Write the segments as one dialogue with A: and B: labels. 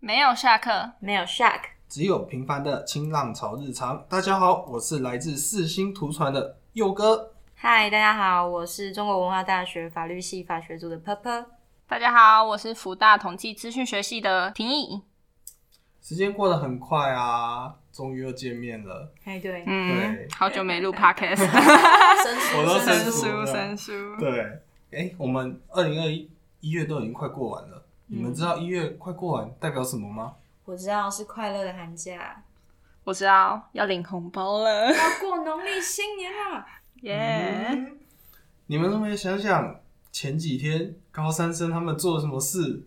A: 没有下课，
B: 没有 shark，
C: 只有平凡的清浪潮日常。大家好，我是来自四星图传的佑哥。
B: 嗨，大家好，我是中国文化大学法律系法学组的 Purple。
A: 大家好，我是福大统计资讯学系的廷义。
C: 时间过得很快啊，终于又见面了。
B: 哎，对，
A: 嗯
C: 对，
A: 好久没录 podcast，
B: 生疏
C: 我都
A: 生
C: 生
A: 疏啊
C: 疏
A: 生疏。
C: 对，哎、我们二零二一一月都已经快过完了，你们知道一月快过完代表什么吗？
B: 我知道是快乐的寒假，
A: 我知道要领红包了，
B: 要过农历新年啦。
A: 耶！
C: 你们都没想想前几天高三生他们做了什么事？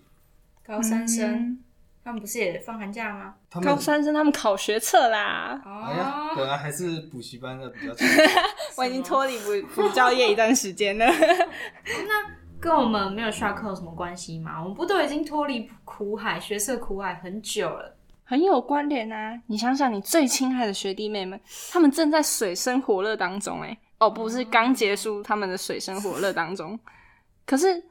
B: 高三生、他们不是也放寒假吗？
C: 他
A: 嗯
C: 们
A: 高三生他们考学测啦，
C: 哎呀，
B: 哦，
C: 本来还是补习班的比较强。
A: 我已经脱离补补教业一段时间了。
B: 跟我们没有 shark 有什么关系吗？我们不都已经脱离苦海、学社苦海很久了？
A: 很有关联啊！你想想，你最亲爱的学弟妹们，他们正在水深火热当中、欸，哦，不是刚结束他们的水深火热当中，可是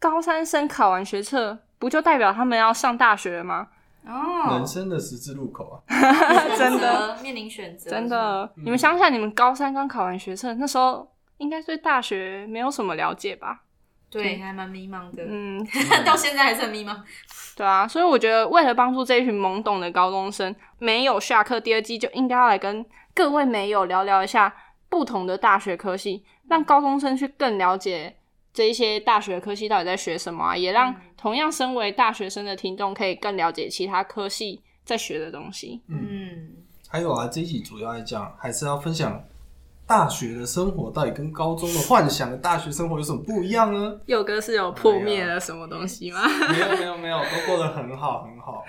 A: 高三生考完学测，不就代表他们要上大学了吗？
B: 哦
C: 人，生的十字路口啊，
A: 真的，
B: 的面临选择，
A: 真
B: 是吗，
A: 的，嗯你们想想，你们高三刚考完学测，那时候应该对大学没有什么了解吧？
B: 对，还蛮迷茫 的，
A: 嗯，
B: 嗯到现在还是很迷茫。
A: 对啊，所以我觉得为了帮助这一群懵懂的高中生，没有下课第二季就应该要来跟各位没有聊聊一下不同的大学科系，让高中生去更了解这一些大学科系到底在学什么啊，也让
B: 嗯
A: 同样身为大学生的听众可以更了解其他科系在学的东西。
B: 嗯。
C: 还有啊，这一集主要来讲，还是要分享大学的生活到底跟高中的幻想的大学生活有什么不一样呢？
A: 佑哥是有
C: 破灭了
A: 什么东西吗？
C: 没有没有没有，都过得很好很 好。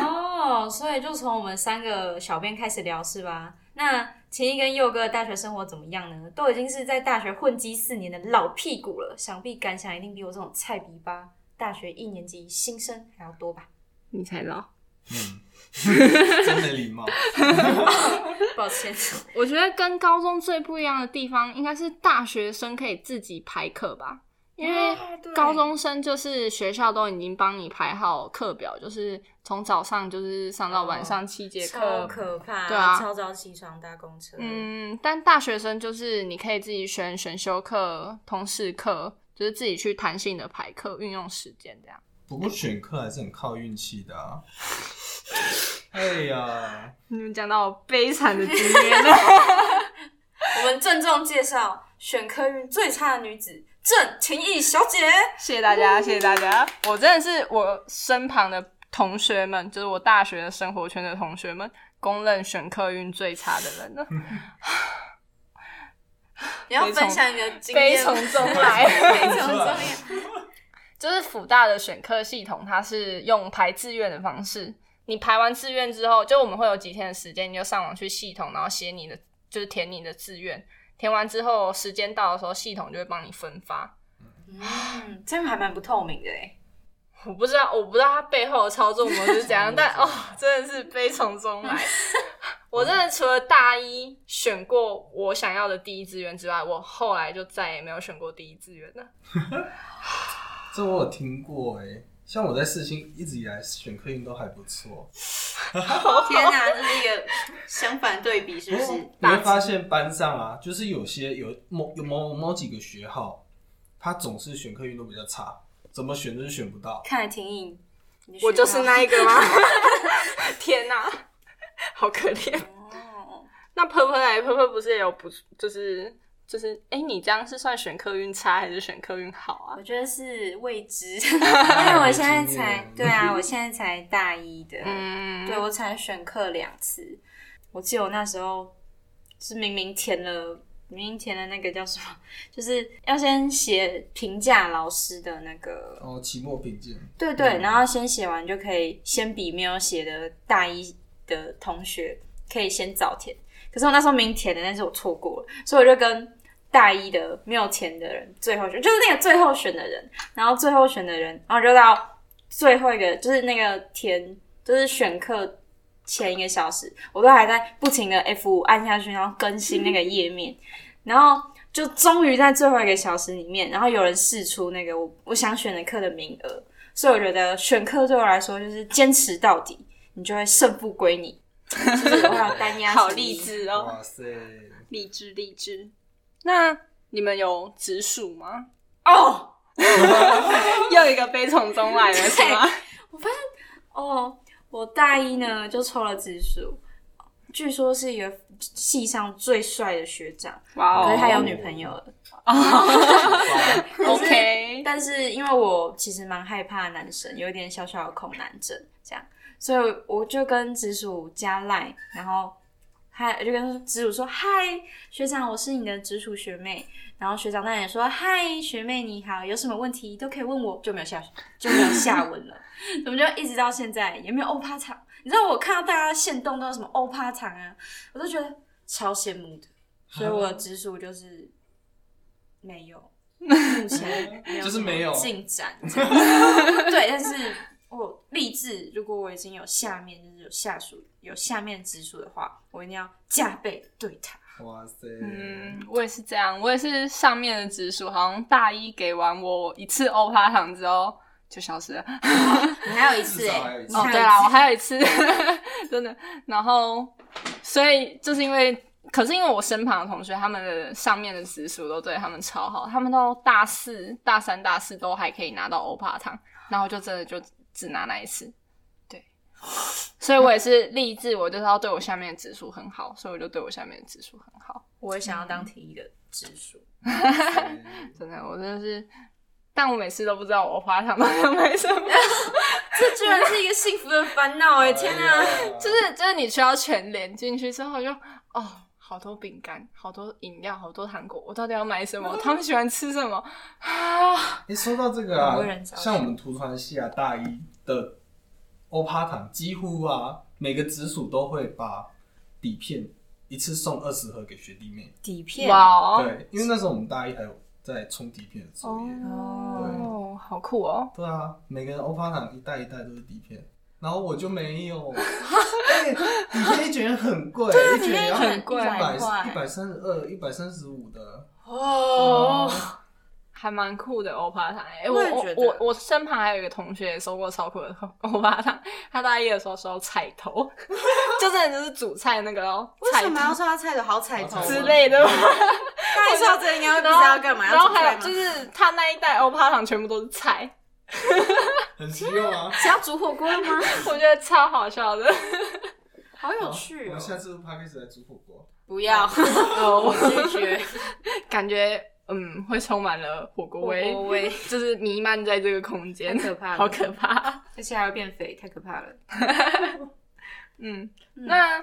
B: 哦，所以就从我们三个小编开始聊是吧？那秦一跟佑哥的大学生活怎么样呢？都已经是在大学混迹四年的老屁股了，想必感想一定比我这种菜逼吧大学一年级新生还要多吧？
A: 你才老。
C: 嗯，真没礼貌。
B: 抱歉，
A: 我觉得跟高中最不一样的地方，应该是大学生可以自己排课吧，因为
B: 啊对
A: 高中生就是学校都已经帮你排好课表，就是从早上就是上到晚上七节课。
B: 可怕
A: 对啊
B: 超早起床搭公车，
A: 嗯，但大学生就是你可以自己选选修课、通识课，就是自己去弹性的排课，运用时间这样。
C: 不过选课还是很靠运气的啊。哎呀，
A: 你们讲到我悲惨的经验了，
B: 我们郑重介绍选科运最差的女子郑秦艺小姐。
A: 谢谢大家，谢谢大家。我真的是我身旁的同学们，就是我大学的生活圈的同学们，公认选课运最差的人了，
B: 你要
A: 悲从
B: 分享一个经
A: 悲
B: 验吗，
A: 从中 来。
B: 非常重要。
A: 就是辅大的选课系统，它是用排志愿的方式，你排完志愿之后，就我们会有几天的时间，你就上网去系统，然后写你的，就是填你的志愿。填完之后，时间到的时候，系统就会帮你分发。
B: 嗯，这样还蛮不透明的哎。
A: 我不知道，我不知道它背后的操作模式是怎样，但哦，真的是悲从中来。我真的除了大一选过我想要的第一志愿之外，我后来就再也没有选过第一志愿了。
C: 这我有听过哎、像我在四星一直以来选课运都还不错，
B: 天哪，这是一个相反对比，是不是？
C: 哦
A: 哦
C: 你会发现班上啊，就是有些有某有某某几个学号，他总是选课运都比较差，怎么选都选不到。
B: 看来挺硬。你的
A: 我就是那
B: 学
A: 一个吗？天哪、好可怜。
B: 校哦，
A: 那 Purple 来 Purple 不是也有不就是就是哎、诶你这样是算选客运差还是选客运好啊
B: 我？觉得是未 知，因为我现在才
C: 没经验
B: 对啊，我现在才大一的，
A: 嗯，
B: 对我才选课两次。我记得我那时候是明明填了。明明填了那个叫什么，就是要先写评价老师的那个
C: 然后哦期末评鉴，
B: 对对，然后先写完就可以先比没有写的大一的同学可以先早填。可是我那时候明填的，但是我错过了，所以我就跟大一的没有填的人最后选，就是那个最后选的人，然后最后选的人，然后就到最后一个，就是那个填，就是选课前一个小时，我都还在不停的 F 五按下去，然后更新那个页面，然后就终于在最后一个小时里面，然后有人试出那个我我想选的课的名额，所以我觉得选课对我来说就是坚持到底，你就会胜负归你。就是我有单压
A: 好
B: 主义
A: 励，志哦，
C: 哇塞，
A: 励志励志。那你们有直属吗？
B: 哦
A: 又一个悲从中来了是吗？
B: 哦，我大一呢就抽了直属，据说是一个系上最帅的学长，
A: 哇
B: 可是他
A: 哦
B: 有女朋友了。
A: ，OK，
B: 但是嗯因为我其实蛮害怕男生，有一点小小的恐男症，这样，所以我就跟直属加赖，然后嗨，我就跟直属说嗨，学长，我是你的直属学妹。然后学长那也说嗨，学妹你好，有什么问题都可以问我，就没有下就没有下文了。怎么就一直到现在也没有欧趴场？你知道我看到大家现动都有什么欧趴场啊，我都觉得超羡慕的。 所以我的直属就是没有，目前没有
C: 就是没有
B: 什么进展。 对，但是我立志，如果我已经有下面就是有下属有下面直属的话，我一定要加倍对他。
C: 哇塞，
A: 嗯，我也是这样，我也是上面的直属，好像大一给完我一次欧趴场之后就消失了。
B: 你还有一
C: 至
B: 次
C: 少
B: 哎、
C: 还有一
B: 欸，
C: 次
A: 哦，对啦，我还有一次， 真的。然后，所以就是因为，可是因为我身旁的同学，他们的上面的直属都对他们超好，他们到大四、大三、大四都还可以拿到欧帕糖，然后就真的就只拿那一次。对，所以我也是励志，我就是要对我下面的直属很好，所以我就对我下面的直属很好。嗯
B: 我也想要当体育的直属。
C: 哇 塞
A: 真的，我真的是，但我每次都不知道我欧帕糖到底买什 么。
B: 这居然是一个幸福的烦恼哎！天哪、
C: 哎呀
A: 就是就是你需要全脸进去之后就哦，好多饼干，好多饮料，好多糖果，我到底要买什么？他们喜欢吃什么啊？
C: 哎、说到这个啊
B: 很为人，着想
C: 像我们图传系啊，大一的欧趴堂几乎啊，每个直属都会把底片一次送二十盒给学弟妹。
B: 底片
A: 哇哦，
C: 对，因为那时候我们大一还有在冲底片的作业。
B: 哦
A: 哦，好酷哦！
C: 对啊，每个人欧趴堂一袋一袋都是底片，然后我就 没有。哎底片一卷很贵，一
B: 啊底片
C: 卷
B: 一
C: 要
B: 卷
A: 贵
C: 一百
B: 100块
C: 一百三十二、一百三十五的。嗯
B: 哦，
A: 还蛮酷的欧巴糖，哎、我
B: 我也
A: 我
B: 觉得
A: 我我身旁还有一个同学也收过超酷的欧巴糖，他大一的时候收菜头， 就真的就是煮菜那个哦，
D: 为
A: 菜
D: 什么
A: 头
D: 要说他菜头好彩头啊？
B: 哦
A: 之类的吧。
D: 他一说这应该会不
A: 然
D: 知
A: 后
D: 道要干嘛，
A: 然
D: 要
A: 后
D: 煮
A: 还
D: 菜
A: 有
D: 吗？
A: 就是他那一代欧巴糖全部都是菜，
C: 很实用啊。
B: 是要煮火锅了吗？
A: 我觉得超好笑的。
B: 好有趣哦
C: 我们！下次趴开始来煮火锅。
B: 不要，
A: 哦，
B: 拒绝。
A: 感觉嗯，会充满了火锅味，
B: 火锅味
A: 就是弥漫在这个空间，
B: 太可怕了
A: 好可怕。
B: 而且还会变肥，太可怕了。
A: 嗯，那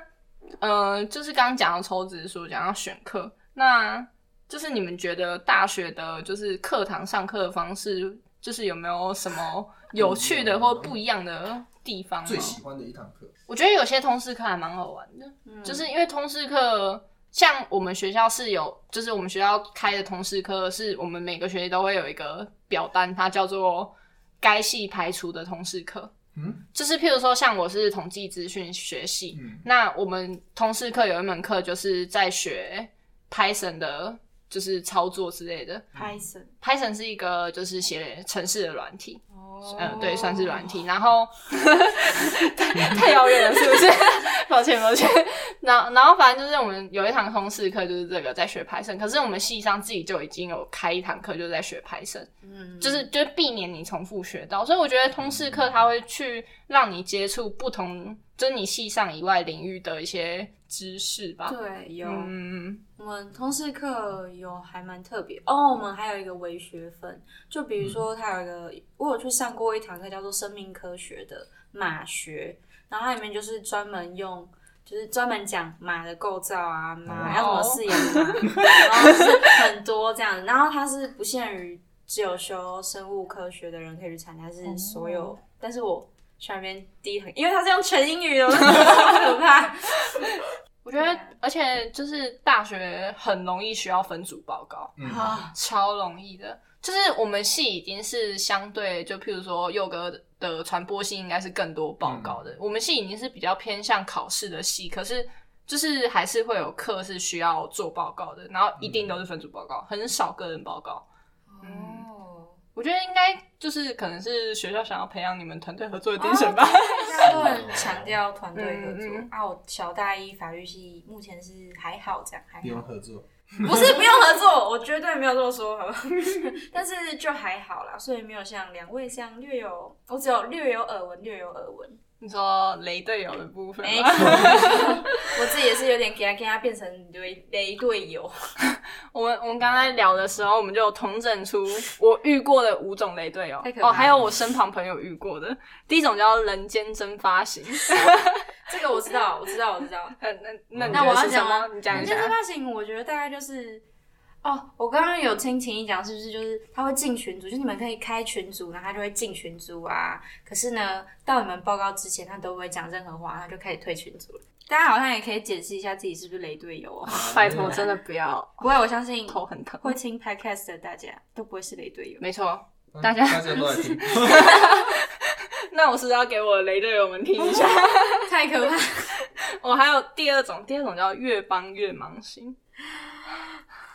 A: 呃，就是刚刚讲到抽指数，讲到选课，那就是你们觉得大学的，就是课堂上课的方式，就是有没有什么有趣的或不一样的地方吗？
C: 最喜欢的一堂课，
A: 我觉得有些通识课还蛮好玩的，
B: 嗯
A: 就是因为通识课，像我们学校是有，就是我们学校开的通识课，是我们每个学期都会有一个表单，它叫做该系排除的通识课。
C: 嗯
A: 就是譬如说，像我是统计资讯学系，
C: 嗯，
A: 那我们通识课有一门课就是在学 Python 的，就是操作之类的。
B: Python，
A: Python 是一个就是写程式的软体，
B: 哦
A: 嗯，对，算是软体。然后太太遥远了，是不 是？抱歉，抱歉。然后然后反正就是我们有一堂通识课就是这个在学 Python，可是我们系上自己就已经有开一堂课就是在学 Python，
B: 嗯，
A: 就是就是避免你重复学到。所以我觉得通识课它会去让你接触不同，就是你系上以外领域的一些知识吧。
B: 对，啊有
A: 嗯，
B: 我们通识课有还蛮特别哦，我们还有一个微学分，就比如说它有一个，我有去上过一堂课叫做生命科学的马学，然后它里面就是专门用。就是专门讲马的构造啊，马要怎么饲养马，然后就是很多这样。然后它是不限于只有修生物科学的人可以去参加，是所有。但是我去那边第一很，因为它是用全英语的，我觉得好可怕。
A: 我觉得而且就是大学很容易需要分组报告。
C: 嗯
B: 啊，
A: 超容易的。就是我们系已经是相对，就譬如说佑哥的传播系应该是更多报告的，
B: 嗯
A: 我们系已经是比较偏向考试的系，可是就是还是会有课是需要做报告的，然后一定都是分组报告，很少个人报告。
B: 哦，
A: 我觉得应该就是可能是学校想要培养你们团队合作的精神
B: 哦
A: 吧。
B: 大家都很强调团队合作、
A: 嗯嗯
B: 啊。我小大一法律系目前是还好，这样还
C: 不 用
B: 好，
C: 合作，
B: 不是不用合作，我绝对没有这么说，好吧 但是就还好啦，所以没有像两位这样略有，我只有略有耳闻，略有耳闻。
A: 你说雷队友的部分吗，
B: 没错，我自己也是有点给他给他变成雷雷队友。
A: 我们我们刚才聊的时候，我们就有统整 出我遇过的五种雷队友
B: 太可怕
A: 哦，
B: 了
A: 还有我身旁朋友遇过的。第一种叫人间蒸发 型，
B: 这个我知道，我知道，我知道。
A: 呃那那你
B: 嗯那
A: 觉
B: 我
A: 得
B: 要
A: 是什
B: 讲吗
A: 么？你讲一
B: 人
A: 下
B: 间蒸。发型，我觉得大概就是，哦，我刚刚有听婷一讲，是不是就是他会进群组，就是你们可以开群组，然后他就会进群组啊。可是呢，到你们报告之前，他都不会讲任何话，他就开始退群组了。大家好像也可以解释一下自己是不是雷队友哦。
A: 拜托，真的不要，
B: 不会，我相信
A: 头很疼。
B: 会听 podcast 的大家都不会是雷队友。
A: 没错，
C: 嗯
A: 大家
C: 大家都 来听，
A: 那我是不是要给我的雷队友们听一下。
B: 太可怕！
A: 我还有第二种，第二种叫越帮越忙 型，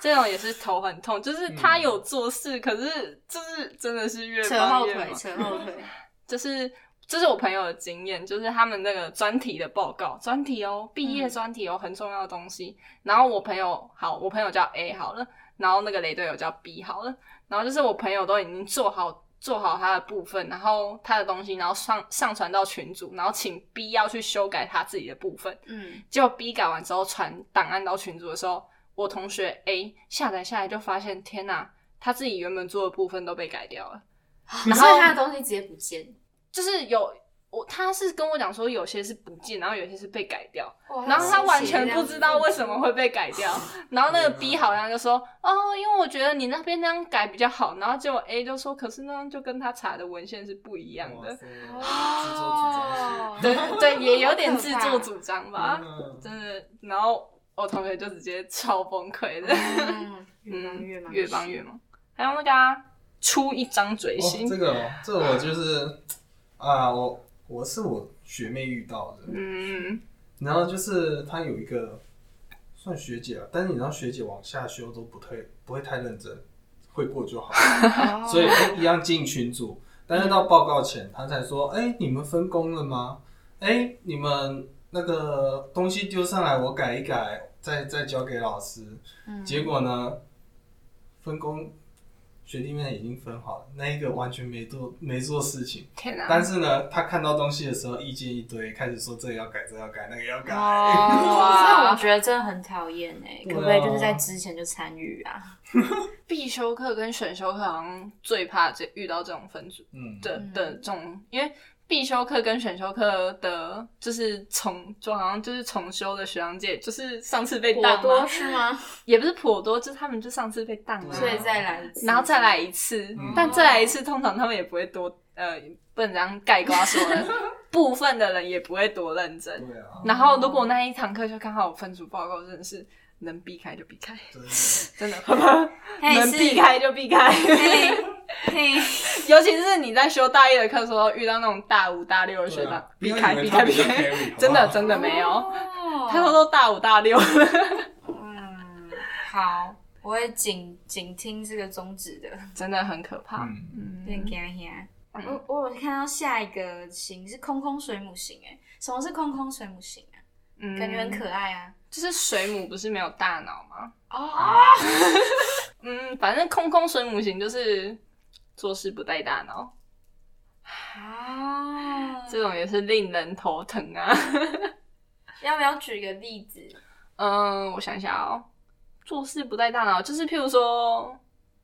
A: 这种也是头很痛，就是他有做事，可是就是真的是越
B: 嗯扯
A: 帮
B: 后
A: 越忙
B: 腿，，扯后腿。
A: 就是这是我朋友的经验，就是他们那个专题的报告，专题哦，毕业专题哦，很重要的东西。然后我朋友好，我朋友叫 A 好了，然后那个雷队友叫 B 好了，然后就是我朋友都已经做好做好他的部分，然后他的东西，然后上上传到群组，然后请 B 要去修改他自己的部分。
B: 嗯，
A: 结果 B 改完之后传档案到群组的时候，我同学 A 下载下来就发现，天哪，他自己原本做的部分都被改掉了。
B: 然
A: 后
B: 后他的东西直接不见。
A: 就是有我，他是跟我讲说有些是不见，然后有些是被改掉，
B: 哇
A: 然后他完全不知道为什么会被改 掉。然后那个 B 好像就说：“哦，因为我觉得你那边那样改比较好。”然后结果 A 就说：“可是那样就跟他查的文献是不一样
C: 哇
A: 的。
C: 塞自作主张
B: 哦，
A: 对”对也有点自
B: 好可
A: 作
B: 怕
A: 主张吧，
C: 嗯
A: 真的。然后我同学就直接超崩溃的。
B: 嗯，越帮越忙，
A: 越帮越忙。还有那个啊，出一张嘴
C: 哦
A: 型，，
C: 这个哦这我就是啊，我我是我学妹遇到的，
A: 嗯，
C: 然后就是她有一个算学姐啊，但是你知道学姐往下修都不太不会太认真，会过就好，
B: 忙
C: 所以都一样进群组，但是到报告前她才说，哎、你们分工了吗？哎、你们那个东西丢上来，我改一改，再再交给老师。
B: 嗯
C: 结果呢，分工学弟妹已经分好了，那一个完全没做没做事情。
A: 天哪、
C: 但是呢，他看到东西的时候，意见一堆，开始说这个要改，这个要改，那个要改。
B: 哦所 以我
A: 哇，
B: 觉得真的很讨厌哎，
C: 对啊
B: 可不可以就是在之前就参与啊？
A: 必修课跟选修课好像最怕这遇到这种分组
C: 嗯，
A: 的
B: 嗯
A: 的这种，因为必修课跟选修课的，就是重就好像就是重修的学长姐，就是上次被当嘛，
B: 是吗？
A: 也不是颇多，就是他们就上次被当了，
C: 对啊
B: 所以再来一次，
A: 嗯然后再来一次，
C: 嗯
A: 但再来一次，通常他们也不会多呃，不能这样盖瓜说人，部分的人也不会多认真。
C: 对啊，
A: 然后如果那一堂课就刚好有分组报告，真的是能避开就避开，
C: 真的，
A: 真的
B: 嘿
A: 能
B: 是
A: 避开就避开。
B: 嘿嘿，
A: 尤其是你在修大一的课的时候，遇到那种大五大六的学
C: 对
A: 长
C: 啊，
A: 避开避开避开，真的真的没有，
B: 哦
A: 他们都大五大六。
B: 嗯，好，我会谨谨听这个宗旨的，
A: 真的很可怕。
C: 嗯，
B: 有
A: 嗯，
B: 点惊吓。我我有看到下一个型是空空水母型，哎，什么是空空水母型啊？
A: 嗯
B: 感觉很可爱啊。
A: 就是水母不是没有大脑吗？
B: 哦，
A: 嗯，反正空空水母型就是做事不带大脑，
B: 啊，
A: 这种也是令人头疼啊。
B: 要不要举个例子？
A: 嗯，我想一下哦，做事不带大脑，就是譬如说，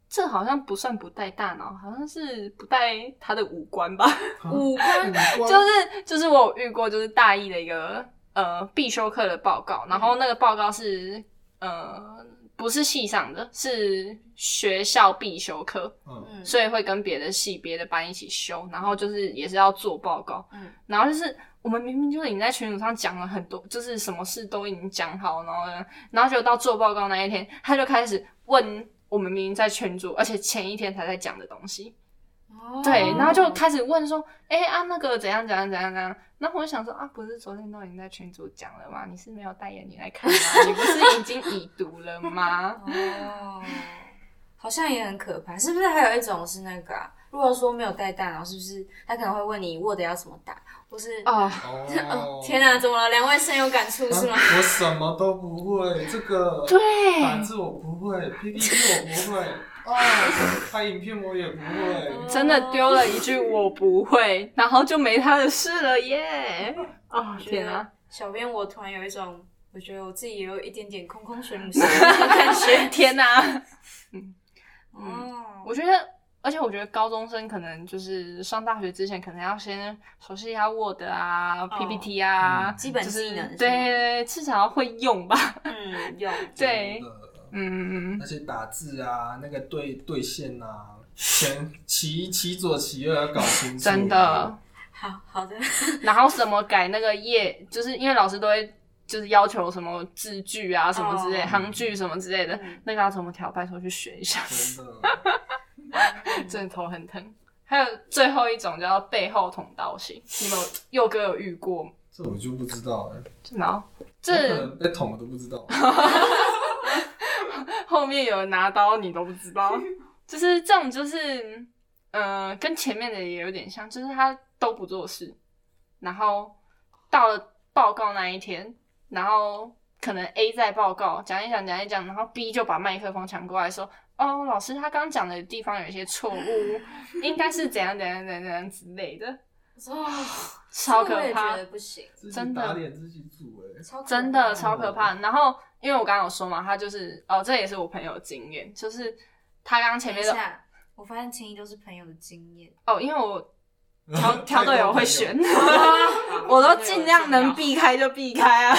A: 这好像不算不带大脑，好像是不带他的五官吧。
B: 五官
A: 就是就是我有遇过，就是大一的一个呃必修课的报告，然后那个报告是呃不是系上的，是学校必修课，
C: 嗯，
B: 嗯
A: 所以会跟别的系、别的班一起修，然后就是也是要做报告，
B: 嗯
A: 然后就是我们明明就是已经在群组上讲了很多，就是什么事都已经讲好，然后呢，然后就到做报告那一天，他就开始问我们明明在群组，而且前一天才在讲的东西，
B: 哦
A: 对，然后就开始问说，哎、啊那个怎样怎样怎样怎样，然后我就想说啊，不是昨天都已经在群组讲了吗？你是没 有戴眼镜来看吗？你不是已经已读了吗？
B: 哦，好像也很可怕。是不是还有一种是那个、啊，如果说没有带大脑，是不是他可能会问你 Word 要怎么打，或是
A: 哦，
C: 哦，
B: 天哪、怎么了？两位深有感触
C: 啊
B: 是吗？
C: 我什么都不会，这个
A: 对
C: 打字我不会，PPT 我 不会，哦，拍影片我也不会。
A: 真的丢了一句我不会，然后就没他的事了耶！哦天啊，！。
B: 小编，我突然有一种，我觉得我自己也有一点点空空水母心的感觉
A: 天哪、 嗯
B: 哦，
A: 我觉得，而且我觉得高中生可能就是上大学之前，可能要先熟悉一下 Word 啊、PPT 啊，
B: 基本
A: 就是
B: 技能是吗
A: 对对，至少要会用吧。
B: 嗯，有
A: 对
C: 真，的
A: 嗯嗯嗯，
C: 而且打字啊，那个对对线啊，前其其左其右要搞清楚。
A: 真的。
B: 好好的，哦
A: 然后什么改那个页，就是因为老师都会就是要求什么字句啊、什么之类、
B: 哦
A: 行距什么之类的，
B: 嗯
A: 那个要怎么调，拜托去学一下。
C: 真的，
A: 真的头很疼。还有最后一种叫背后捅刀型，你们有佑哥有遇过吗？
C: 这我就不知 道了，
A: 然后
C: 我可
A: 这
C: 能被捅我都不知 道。
A: 后面有人拿刀，你都不知 道，就是这种，就是呃，跟前面的也有点像，就是他都不做事，然后到了报告那一天，然后可能 A 在报告讲一讲讲一讲，然后 B 就把麦克风抢过来说。哦，老师，他刚讲的地方有一些错 误，应该是怎样怎样怎样怎样之类的，
B: 哦，
A: 超
B: 这个
A: 可
B: 我也
A: 怕
B: 觉。得不行，
C: 自己
A: 真的
C: 打脸自己煮哎、
B: 超可怕
A: 真的超可怕。然后因为我刚刚有说嘛，他就是哦，这也是我朋友的经验，就是他刚刚前
B: 等一
A: 面的
B: 下，我发现青衣都是朋友的经验，
A: 哦，因为我调调队友会选， 我都尽量能避开就避开啊。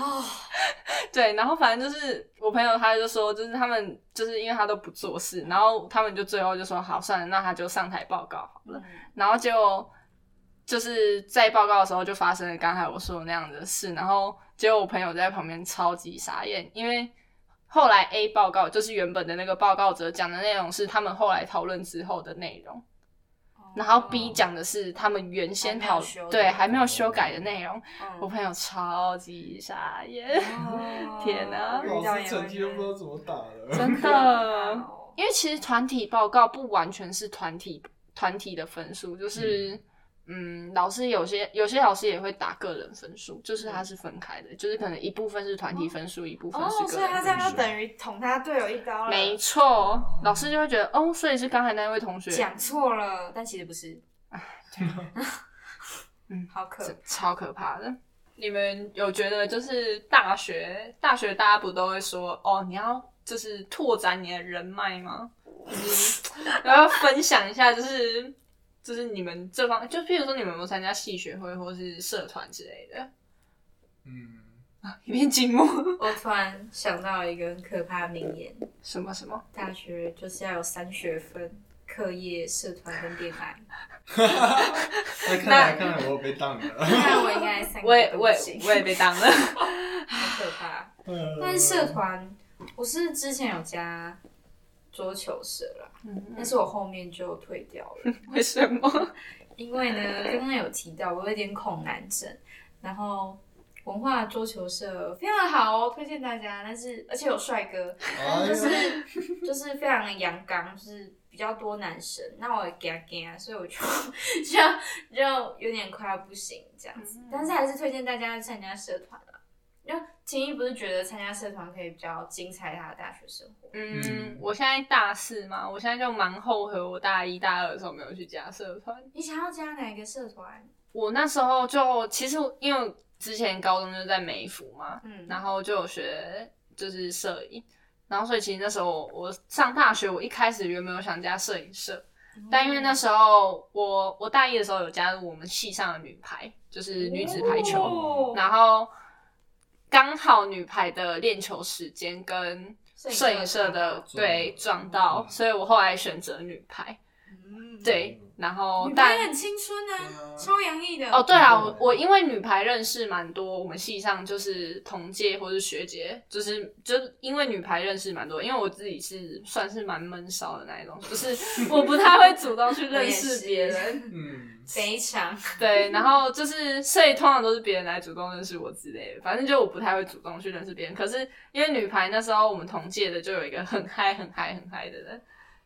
B: 哦，
A: 对，然后反正就是我朋友他就说，就是他们就是因为他都不做事，然后他们就最后就说好算了，那他就上台报告好了。然后结果就是在报告的时候就发生了刚才我说的那样的事，然后结果我朋友在旁边超级傻眼，因为后来 A 报告就是原本的那个报告者讲的内容是他们后来讨论之后的内容，然后 B 讲的是他们原先讨
B: 还没有修改
A: 对还没有修改的内容，
B: 嗯
A: 我朋友超级傻眼，
B: 哦
A: 天哪
B: 遇到
C: 老
B: 也
C: 师
B: 会
C: 成绩都不知道
B: 觉
C: 怎
A: 真
C: 么打了。
B: 得
A: 的。因为其实团体报告不完全是团体团体的分数，就是嗯老师有些有些老师也会打个人分数，就是它是分开的，就是可能一部分是团体分数，一部分
E: 哦，
A: 是
E: 所
A: 个
E: 以
A: 人
E: 他这
A: 分
E: 样
A: 数。
E: 就等于捅他队友一刀了。
A: 没错，老师就会觉得哦，所以是刚才那位同学
B: 讲错了，但其实不 是。嗯，好可
A: 这超可怕的。你们有觉得就是大学，大学大家不都会说哦，你要就是拓展你的人脉吗？就是然后分享一下，就是就是你们这方，就譬如说你们有没有参加系学会或是社团之类的？
C: 嗯，
A: 一片静默，
B: 我突然想到一个很可怕的名言：
A: 什么什么？
B: 大学就是要有三学分，课业、社团跟 恋爱。
C: 那哎看来看来我被当了。
B: 那我应该三
A: 我
B: 个
A: 也
B: 都
A: 我
B: 不
A: 也
B: 行，
A: 我也被当了。
B: 好可怕。但 是
C: 哎
B: 社团，我是之前有加桌球社啦，但
A: 嗯
B: 是我后面就退掉了，
A: 为什么？
B: 因为呢，刚刚有提到我有点恐男症，然后。文化桌球社非常好哦，推荐大家。但是而且有帅哥，
C: 哎
B: 就是
C: 呀，
B: 就是非常的阳刚，就是比较多男生。那我也给给，所以我就 就就有点快要不行这样子。但是还是推荐大家参加社团啦。因为秦一不是觉得参加社团可以比较精彩他的大学生活？
A: 嗯
C: 嗯，
A: 我现在大四嘛，我现在就蛮后悔我大一大二的时候没有去加社团。
B: 你想要加哪个社团？
A: 我那时候就其实因为我之前高中就是在美孚嘛，
B: 嗯，
A: 然后就有学就是摄影，然后所以其实那时候我我上大学，我一开始原本有想加摄影社，但因为那时候我我大一的时候有加入我们系上的女排，就是女子排球，
B: 哦
A: 然后刚好女排的练球时间跟摄影社的
C: 撞到
A: 对撞到，所以我后来选择女排。
B: 嗯嗯，
A: 对，然后
B: 女排
A: 但
B: 很青春
C: 对啊
B: 啊，超洋溢的。
A: 哦，对啊，我我因为女排认识蛮多，我们系上就是同届或是学姐，就是就是因为女排认识蛮多，因为我自己是算是蛮闷骚的那一种，就是 我不太会主动去认识别人，
C: 嗯，
B: 非常
A: 对，然后就是所以通常都是别人来主动认识我之类的，反正就我不太会主动去认识别人。可是因为女排那时候我们同届的就有一个很嗨很嗨很嗨的人。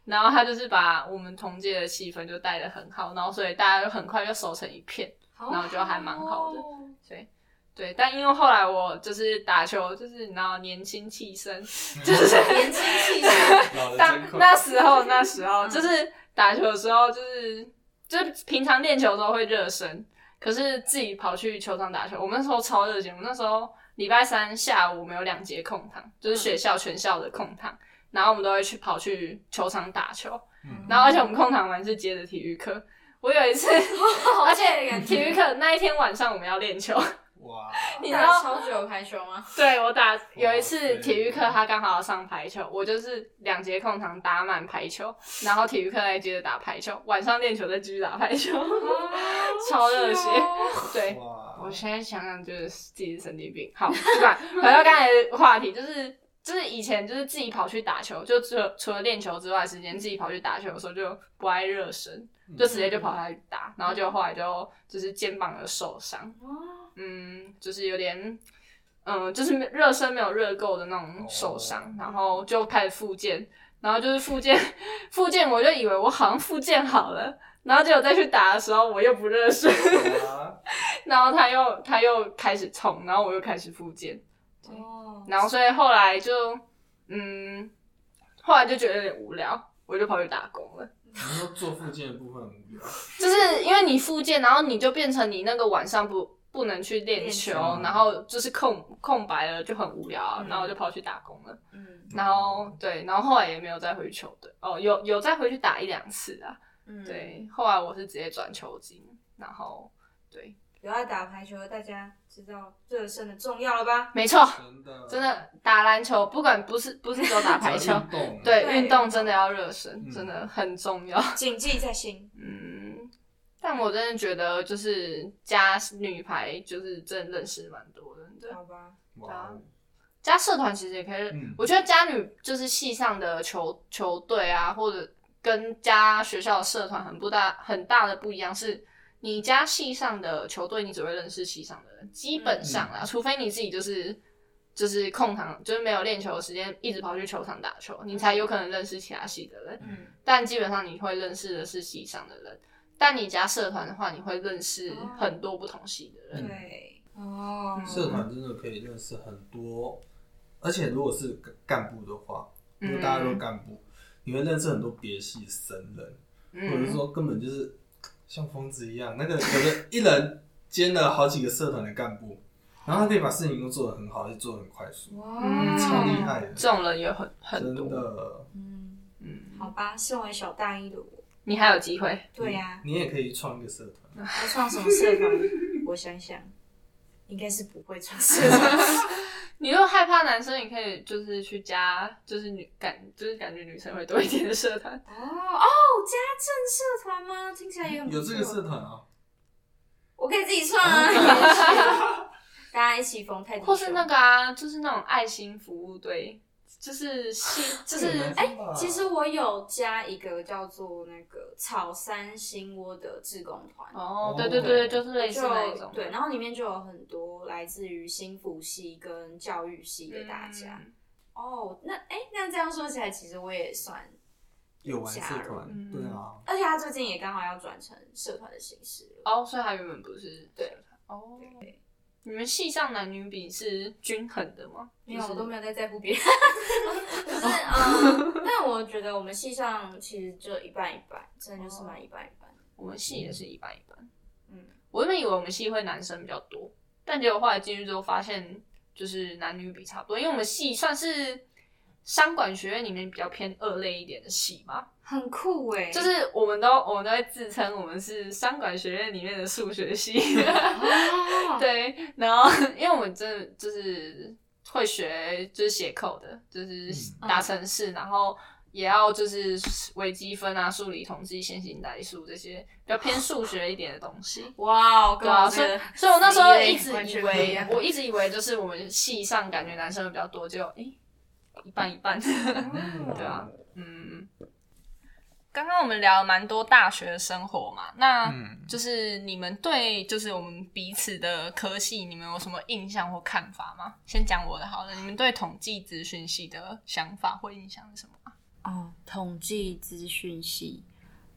A: 然后他就是把我们同届的气氛就带得很好，然后所以大家就很快就熟成一片。
B: 好
A: 然后就还蛮好的
B: 哦。
A: 对，但因为后来我就是打球，就是你知道年轻气 盛，
B: 年轻气 盛，
C: 老的
A: 但
C: 真
A: 那
C: 快，嗯
A: 时候那时候就是打球的时候，就是就是平常练球的时候会热身，可是自己跑去球场打球，我们那时候超热情，我们那时候礼拜三下午我们有两节空堂，
C: 嗯
A: 就是学校全校的空堂，然后我们都会去跑去球场打球，
C: 嗯
A: 然后而且我们空堂完是接着体育课，我有一次， 而
B: 而
A: 且
B: 且
A: 体育课那一天晚上我们要练球，
C: 哇，
A: 你知道
B: 打超久的排球吗？
A: 对我打有一
C: 哇塞
A: 次体育课，他刚好要上排球，我就是两节空堂打满排球，然后体育课再接着打排球，晚上练球再继续打排球， 超热血。 对，
C: 哇
A: 我，现在想想就是自己是神经病。好，不管回到刚才的话题，就是就是以前就是自己跑去打球，就除了除了练球之外的时间，自己跑去打球的时候就不爱热身，就直接就跑下去打，然后就后来就就是肩膀有受伤，
B: 哦，
A: 嗯，就是有点，嗯，就是没热身没有热够的那种受伤，
C: 哦
A: 然后就开始复健，然后就是复健， 复健我就以为我好像复健好了，然后结果再去打的时候我又不热身，
C: 哇
A: 然后他又他又开始痛，然后我又开始复健，对
B: 哦
A: 然后所以后来就，嗯，后来就觉得有点无聊，我就跑去打工了。
C: 你说做附件的部分很无聊，
A: 就是因为你复健，然后你就变成你那个晚上不不能去练
B: 练
A: 球，
C: 球
A: 然后就是空空白了，就很无聊、啊，
B: 嗯
A: 然后我就跑去打工了。
B: 嗯
A: 然后对，然后后来也没有再回去球队，哦，有有再回去打一两次啊。
B: 嗯，，
A: 对，后来我是直接转球经，然后对，
B: 有爱打排球的大家知道热身的重要了吧？
A: 没错，
C: 真的
A: 真的打篮球，不管不是不是只有打排 球，
C: 只要运动，
A: 对，
B: 对
A: 运动真的要热身，
C: 嗯
A: 真的很重要。
B: 谨记在心。
A: 嗯，但我真的觉得就是加女排，就是真的认识蛮多人的。
B: 好吧，
C: 哇哦，
A: 加社团其实也可以，
C: 嗯
A: 我觉得加女就是系上的球球队啊，或者跟加学校的社团很不大很大的不一样是。你加系上的球队，你只会认识系上的人，基本上啦，
C: 嗯
A: 除非你自己就是就是空堂，就是没有练球的时间，一直跑去球场打球，你才有可能认识其他系的人。
B: 嗯，
A: 但基本上你会认识的是系上的人。但你加社团的话，你会认识很多不同系的人。
C: 嗯
B: 对，哦，
C: 社团真的可以认识很多，而且如果是干部的话，
A: 嗯
C: 如果大家都干部，你会认识很多别系神人，或者
A: 嗯，
C: 是说根本就是像疯子一样，那个有的一人兼了好几个社团的干部，然后他可以把事情都做得很好，而且做得很快速，
B: 哇
A: 嗯
C: 超厉害的，
A: 这种人也很很
C: 真
A: 多。
C: 的。
B: 嗯，
A: 嗯，
B: 好吧，身为小大一的我，
A: 你还有机会。
B: 对呀，
C: 你也可以创一个社团，
B: 我创什么社团？我想想，应该是不会创社 团。
A: 你又害怕男生，你可以就是去加，就是女感，就是感觉女生会多一点的社 团。
B: 哦哦，家政社团吗？听起来也很不
C: 有这个
B: 错
C: 社团啊，
B: 我可以自己创啊。 大家一起缝泰迪
A: 或是那个啊，就是那种爱心服务队，就是 系，就是
C: 哎、
B: 其实我有加一个叫做那个草山新窝的志工团，
A: 哦
C: 哦，
A: 对对对，
C: 对
A: 就是类似那一种
B: 就。对，然后里面就有很多来自于新辅系跟教育系的大家。
A: 嗯
B: 哦，那哎，那这样说起来，其实我也算，
C: 有玩社
A: 嗯
C: 团，对啊，
B: 而且他最近也刚好要转成社团的形式了。
A: 哦，所以他原本不是
B: 对
A: 社团哦。你们系上男女比是均衡的吗？
B: 没有，
A: 就
B: 我
A: 是
B: 都没有在在乎别人。可是，嗯，但我觉得我们系上其实就一半一半，真的就是蛮一半一半的。
A: 我们系也是一般一般。
B: 嗯，
A: 我原本以为我们系会男生比较多，但结果后来进去之后发现，就是男女比差不多，因为我们系算是商管学院里面比较偏二类一点的系吧，
B: 很酷哎、
A: 就是我们都我们都会自称我们是商管学院里面的数学系，
B: 哦，
A: 对，然后因为我们真的就是会学就是写扣的，就是打程式，然后也要就是微积分啊、数理统计、线性代数这些比较偏数学一点的东西。
F: 哇哦，
A: 对
F: 跟
A: 啊，
F: 我
A: 所
F: 这个
A: 以所以我那时候一直
F: 完
A: 以
F: 全不一
A: 为
F: 样，
A: 我一直以为就是我们系上感觉男生比较多，就诶、一半一半， 对啊，嗯。刚刚我们聊了蛮多大学的生活嘛，那
C: 嗯，
A: 啊就是你们对就是我们彼此的科系，你们有什么印象或看法吗？先讲我的好了，你们对统计资讯系的想法或印象是什么？
F: 哦，统计资讯系，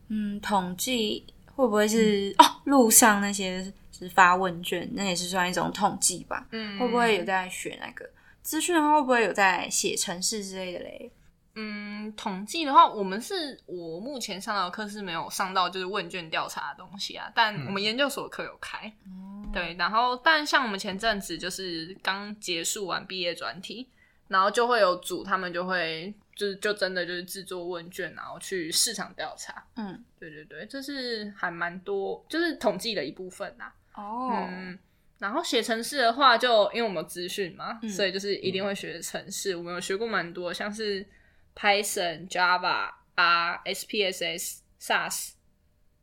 F: 嗯，统计会不会是、哦路上那些就是发问卷，那也是算一种统计吧？
A: 嗯
F: 会不会有在学那个资讯的话，会不会有在写程式之类的嘞？
A: 嗯，统计的话，我们是我目前上到的课是没有上到就是问卷调查的东西啊，但
C: 嗯
A: 我们研究所课有开。
B: 嗯
A: 对，然后但像我们前阵子就是刚结束完毕业专题，然后就会有组他们就会就是就真的就是制作问卷，然后去市场调查。
F: 嗯，
A: 对对对，这是还蛮多，就是统计的一部分啊。
F: 哦
A: 嗯，然后写程式的话就，因为我们有资讯嘛，
F: 嗯
A: 所以就是一定会学程式。我们有学过蛮多，像是 Python、Java、R、SPSS、SAS，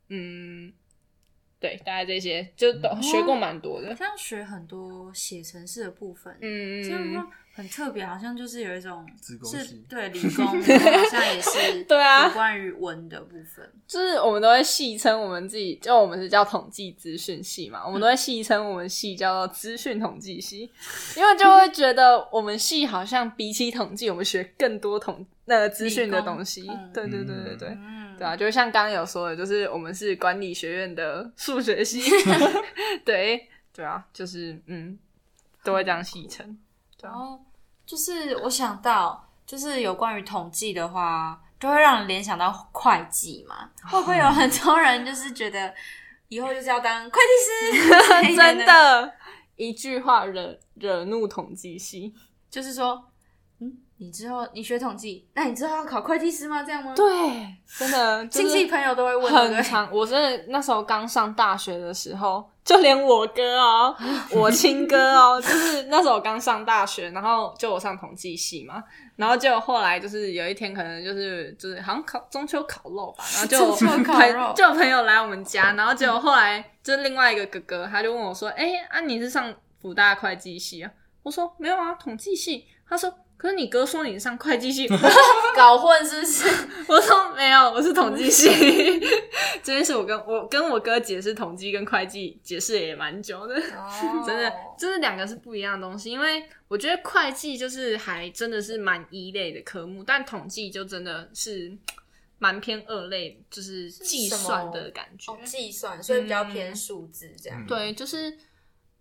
A: 嗯，对，大概这些就
F: 哦
A: 都学过蛮多的。
F: 这样学很多写程式的部分，
A: 嗯，
F: 这样的话很特别，好像就是有一种
C: 自贡
F: 是
C: 系
F: 对理工，然后好像也是
A: 对啊
F: 有关于文的部分。
A: 就是我们都会戏称我们自己，就我们是叫统计资讯系
F: 嗯
A: 嘛，我们都会戏称我们系叫做资讯统计系，因为就会觉得我们系好像比起统计，我们学更多统那个资讯的东西
F: 理工嗯。
A: 对对对对对。
F: 嗯，
A: 对啊，就像刚刚有说的，就是我们是管理学院的数 学系，对对啊，就是嗯，都会这样戏称。对
F: 然
A: 啊，
F: 后就是我想到，就是有关于统计的话，就会让人联想到会计嘛。 会不 会有很多人就是觉得以后就是要当会计师之类
A: 真
F: 的？
A: 的，一句话惹惹怒统计系。
F: 就是说，嗯，你之后你学统计，那你之后要考会计师吗？这样吗？，
A: 对，真的，就
F: 亲
A: 是
F: 戚朋友都会问，对不
A: 很
F: 对
A: 长，我真的那时候刚上大学的时候，就连我哥哦，我亲哥哦，就是那时候我刚上大学，然后就我上统计系嘛，然后就后来就是有一天可能就是就是好像考中秋烤肉吧，然后就有
F: 中秋烤
A: 朋
F: 肉
A: 就有朋友来我们家，然后结果后来就是另外一个哥哥他就问我说：“哎、啊你是上福大会计系啊？”我说：“没有啊，统计系。”他说。可是你哥说你上会计 系，
F: 搞混是不是？
A: 我说没有，我是统计系。 这件事我跟我跟我哥解释统计跟会计解释也蛮久的，
B: 哦
A: 真的，就是两个是不一样的东西。因为我觉得会计就是还真的是蛮一类的科目，但统计就真的是蛮偏二类，就是计算的感觉
B: 哦，。计算，所以比较偏数字这样。
A: 对，就是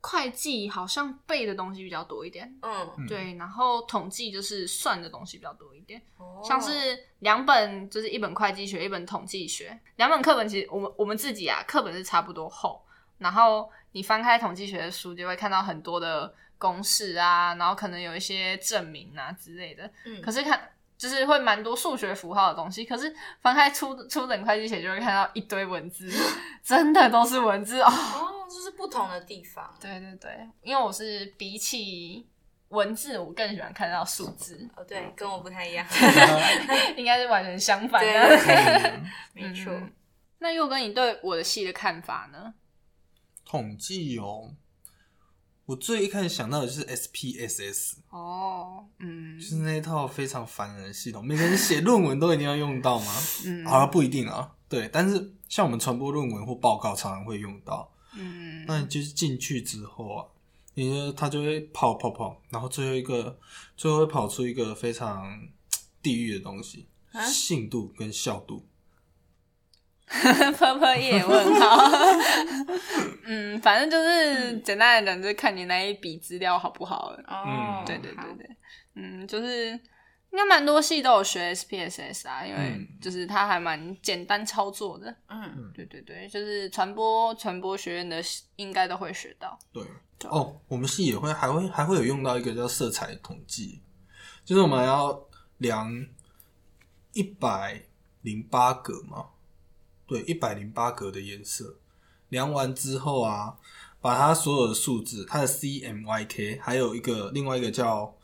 A: 会计好像背的东西比较多一点，
B: 嗯，
C: 嗯，
A: 对，然后统计就是算的东西比较多一点。
F: 嗯
B: 哦
A: 像是两本，就是一本会计学，一本统计学，两本课本其实我们我们自己啊，课本是差不多厚，然后你翻开统计学的书，就会看到很多的公式啊，然后可能有一些证明啊之类的，
B: 嗯
A: 可是看。就是会蛮多数学符号的东西，可是翻开初初等会计学就会看到一堆文字， 真的都是文字哦。
B: 哦，就是不同的地方。
A: 对对对，因为我是比起文字，我更喜欢看到数字，
B: 哦，
F: 嗯
B: 对，跟我不太 一样。
A: 应该是完全相反
B: 对
A: 的。
B: 没错。
A: 嗯那佑哥，你对我的戏的看法呢？
C: 统计哦，我最一开始想到的就是 SPSS，
A: 哦，嗯
C: 就是那一套非常烦人的系统，每个人写论文都一定要用到吗？
A: 嗯
C: 好了，不一定啊，对，但是像我们传播论文或报告常常会用到，
A: 嗯
C: 那 你就是进去之后啊，你就它就会跑跑跑，然后最后一个最后会跑出一个非常地狱的东西，
F: 啊
C: 信度跟效度。
A: ，purple 也问号。 嗯，反正就是简单来讲，就是看你那一笔资料好不好了。
F: 哦，
A: 对对对
F: 好，
A: 对，嗯，就是应该蛮多戏都有学 SPSS 啊，因为
C: 嗯
A: 就是它还蛮简单操作的。
F: 嗯，
A: 对对对，就是传播传播学院的应该都会学到。
C: 对，
A: 对
C: 哦，我们系也会还会还会有用到一个叫色彩统计，就是我们要量一百零八格嘛，对，一百零八格的颜色，量完之后啊，把它所有的数字，它的 C M Y K，还有一个另外一个叫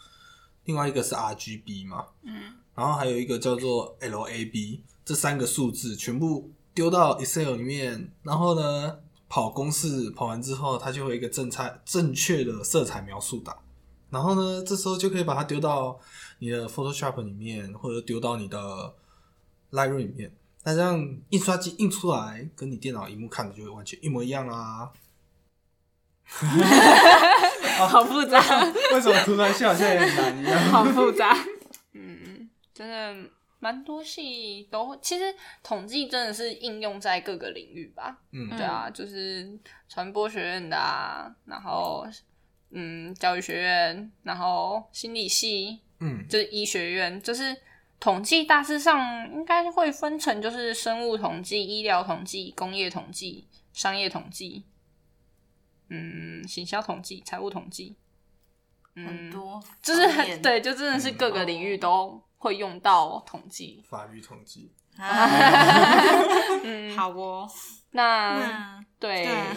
C: 另外一个是 R G B 嘛，嗯，然后还有一个叫做 LAB，这三个数字全部丢到 Excel 里面，然后呢跑公式跑完之后，它就会有一个正差正确的色彩描述档，然后呢这时候就可以把它丢到你的 Photoshop 里面，或者丢到你的 Lightroom 里面。那这样印刷机印出来，跟你电脑荧幕看的就会完全一模一样啦、
A: 好复杂，
C: 为什么突然笑好像有点难一样？
A: 好复杂。 嗯，真的蛮多系都会，其实统计真的是应用在各个领域吧。
C: 嗯
A: 对啊，就是传播学院的啊，然后嗯教育学院，然后心理系，
C: 嗯
A: 就是医学院，就是统计大致上应该会分成就是生物统计、医疗统计、工业统计、商业统计，嗯，行销统计、财务统计，
B: 很
A: 嗯，
B: 多方面，
A: 就是很对，就真的是各个领域都会用到统计。
C: 法律统计，
B: 啊。
A: 嗯，
F: 好哦，嗯
A: 那
B: 那
A: 对
B: 嗯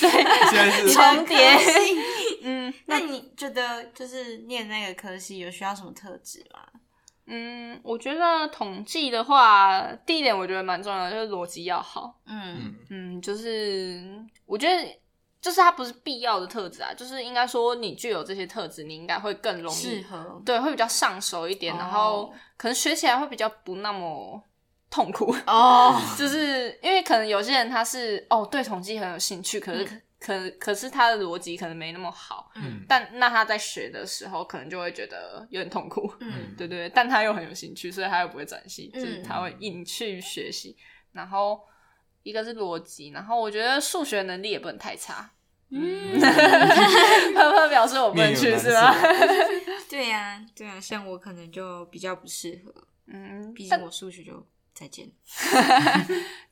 B: 对
C: 现 在是
A: 重叠， 嗯。
B: 那你觉得就是念那个科系有需要什么特质吗？
A: 嗯，我觉得统计的话，第一点我觉得蛮重要的，就是逻辑要好。
B: 嗯，
A: 嗯，就是我觉得就是它不是必要的特质啊，就是应该说你具有这些特质，你应该会更容
B: 适
A: 易，
B: 合
A: 对，会比较上手一点，
B: 哦
A: 然后可能学起来会比较不那么痛苦。
B: 哦，
A: 就是因为可能有些人他是哦对统计很有兴趣，可是、
B: 嗯
A: 可可是他的逻辑可能没那么好，
C: 嗯
A: 但那他在学的时候可能就会觉得有点痛苦。
B: 嗯
A: 对对，但他又很有兴趣，所以他又不会转系，
B: 嗯
A: 就是他会硬去学习。然后一个是逻辑，然后我觉得数学能力也不能太差。
B: 嗯，
A: 呵呵，表示我不能去是吗？
B: 啊对呀、对呀、像我可能就比较不适合，
A: 嗯，
B: 毕竟
A: 但
B: 我数学就再见了。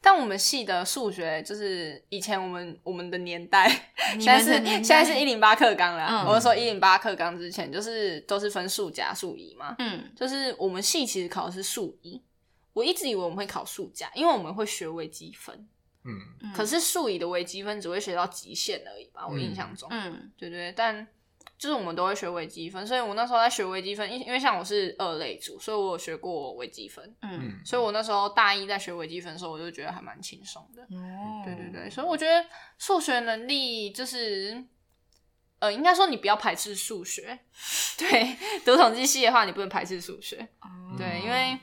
A: 但我们系的数学就是以前我们我们的年代，
B: 你
A: 现在
B: 们
A: 是
B: 的年代
A: 现在是一零八课纲啦。
B: 嗯
A: 我是说一零八课纲之前就是都是分数加数乙嘛，
B: 嗯
A: 就是我们系其实考的是数乙。我一直以为我们会考数加，因为我们会学微积分。
C: 嗯，
B: 嗯
A: 可是数以的微积分只会学到极限而已吧，我印象中，
B: 嗯
A: 对对，但就是我们都会学微积分，所以我那时候在学微积分，因因为像我是二类组，所以我有学过微积分，
B: 嗯
C: 嗯，
A: 所以我那时候大一在学微积分的时候，我就觉得还蛮轻松的，
B: 哦，
A: 对对对，所以我觉得数学能力就是，呃，应该说你不要排斥数学， 对，读统计系的话，你不能排斥数学，
B: 哦
A: 对，因为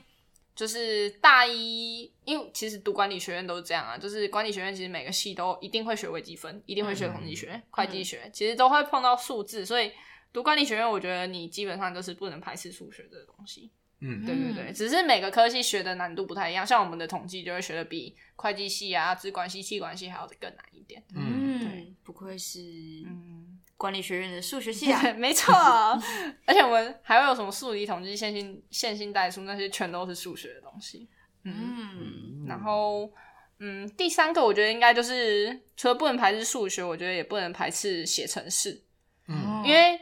A: 就是大一，因为其实读管理学院都是这样啊，就是管理学院其实每个系都一定会学微积分，一定会学统计学、会计学，其实都会碰到数字，所以读管理学院，我觉得你基本上就是不能排斥数学这个东西。
C: 嗯
A: 对对对，只是每个科系学的难度不太一样，像我们的统计就会学的比会计系啊、资管系、气管系还要更难一点。
C: 嗯，
A: 对
B: 嗯，不愧是
A: 嗯，
B: 管理学院的数学系 啊，
A: 没 错，而且我们还会有什么数理统计、线性线性代数那些，全都是数学的东西。嗯
B: 嗯
A: 然后，嗯，第三个我觉得应该就是，除了不能排斥数学，我觉得也不能排斥写程式，
C: 嗯
A: 因为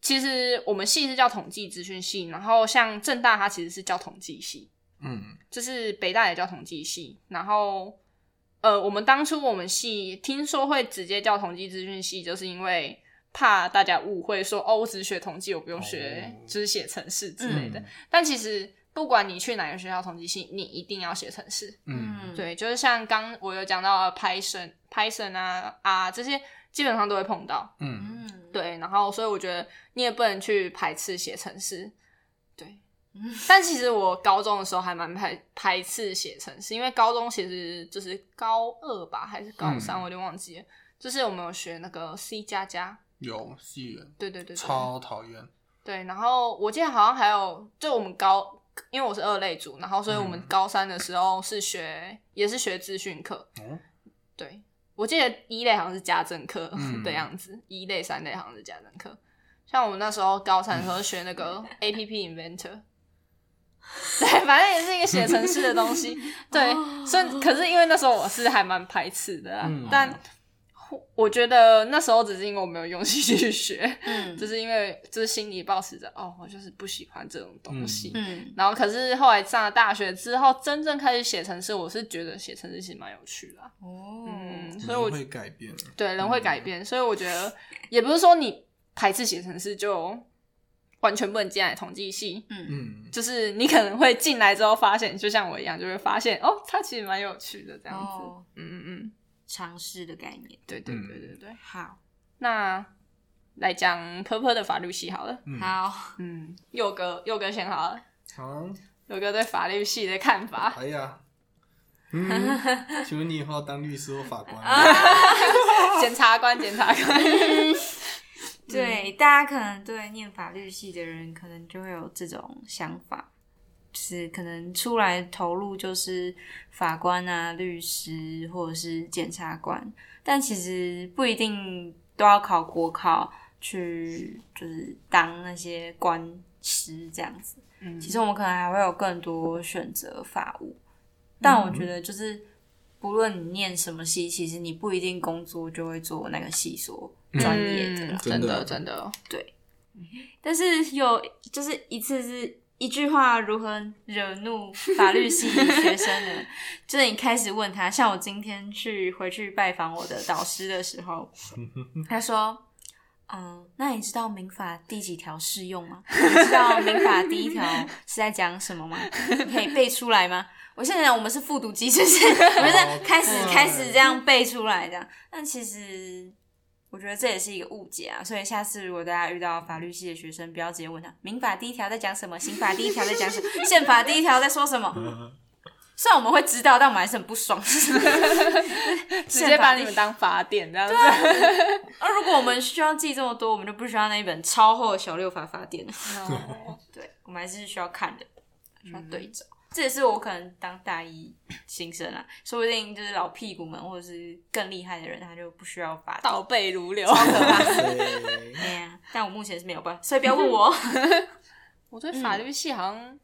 A: 其实我们系是叫统计资讯系，然后像正大它其实是叫统计系，
C: 嗯
A: 就是北大也叫统计系，然后。呃，我们当初我们系听说会直接叫统计资讯系，就是因为怕大家误会说哦，我只是学统计，我不用学、
C: 哦
A: 就是写程式之类
C: 嗯
A: 的。但其实不管你去哪个学校统计系，你一定要写程式。
C: 嗯
A: 对，就是像刚我有讲到的 Python、Python 啊啊这些，基本上都会碰到。
C: 嗯
B: 嗯，
A: 对，然后所以我觉得你也不能去排斥写程式。对
B: 嗯，
A: 但其实我高中的时候还蛮排排斥写程式，因为高中其实就是高二吧，还是高三，
C: 嗯
A: 我有点忘记了。就是我们有学那个 C 加加，
C: 有戏园
A: 对对对对，
C: 超讨厌，
A: 对，然后我记得好像还有，就我们高，因为我是二类组，然后所以我们
C: 嗯
A: 高三的时候是学，也是学资讯课。
C: 哦
A: 对，我记得一类好像是家政课
C: 嗯
A: 的样子，一类、三类好像是家政课。像我们那时候高三的时候学那 个 A P P Inventor，对，反正也是一个写程式的东 西。对，
B: 哦
A: 所以可是因为那时候我是还蛮排斥的啦，
C: 哦
A: 啊
C: 嗯
A: 但我我觉得那时候只是因为我没有用心去学，
B: 嗯
A: 就是因为就是心里保持着哦，我就是不喜欢这种东西。
B: 嗯
A: 然后可是后来上了大学之后，真正开始写程式，我是觉得写程式其实蛮有趣的啊、
B: 哦
A: 嗯，所以我
C: 人会改变的，
A: 对人会改变，所以我觉得也不是说你排斥写程式就完全不能进来统计系，
C: 嗯，
A: 就是你可能会进来之后发现，就像我一样，就会发现哦，它其实蛮有趣的这样子。
B: 哦
A: 嗯嗯嗯，
B: 尝试的概念。
A: 对对
C: 嗯
A: 对对对。
B: 好，
A: 那来讲 Purple 的法律系好了。
C: 嗯
B: 好，
A: 嗯，佑哥，佑哥先好了。
C: 好，
A: 佑哥对法律系的看法，
C: 哎 呀，嗯，请问你以后要当律师或法官吗？
A: 啊检察官，检察官。
B: 对，大家可能对念法律系的人，可能就会有这种想法，就是可能出来投入就是法官啊、律师或者是检察官，但其实不一定都要考国考去，就是当那些官师这样子。
A: 嗯
B: 其实我们可能还会有更多选择法务，但我觉
A: 嗯
B: 得就是不论你念什么系，其实你不一定工作就会做那个系所专业的啦。
A: 嗯真的
C: 真的
A: 真的。
B: 但是有就是一次是一句话如何惹怒法律系学生呢？就是你开始问他，像我今天去回去拜访我的导师的时候，他说。嗯，那你知道民法第几条适用吗？你知道民法第一条是在讲什么吗？你可以背出来吗？我现在讲我们是复读机，是不是？我们是开始
C: 好快
B: 开始这样背出来这样。但其实我觉得这也是一个误解啊，所以下次如果大家遇到法律系的学生，不要直接问他民法第一条在讲什么，刑法第一条在讲什么，宪法第一条在说什么。虽然我们会知道，但我们还是很不爽。 啊
A: 直接把你
B: 宪法第
A: 们当法典这样子。
B: 而如果我们需要记这么多，我们就不需要那一本超厚的小六法法典了。
A: 哦
B: 对，我们还是需要看的，需要对照。这也是我可能当大一新生啊，说不定就是老屁股们或者是更厉害的人，他就不需要法典。
A: 倒背如流。
C: 对
B: 对呀，但我目前是没有办法，所以不要问我。哦
A: 我对法律系好像，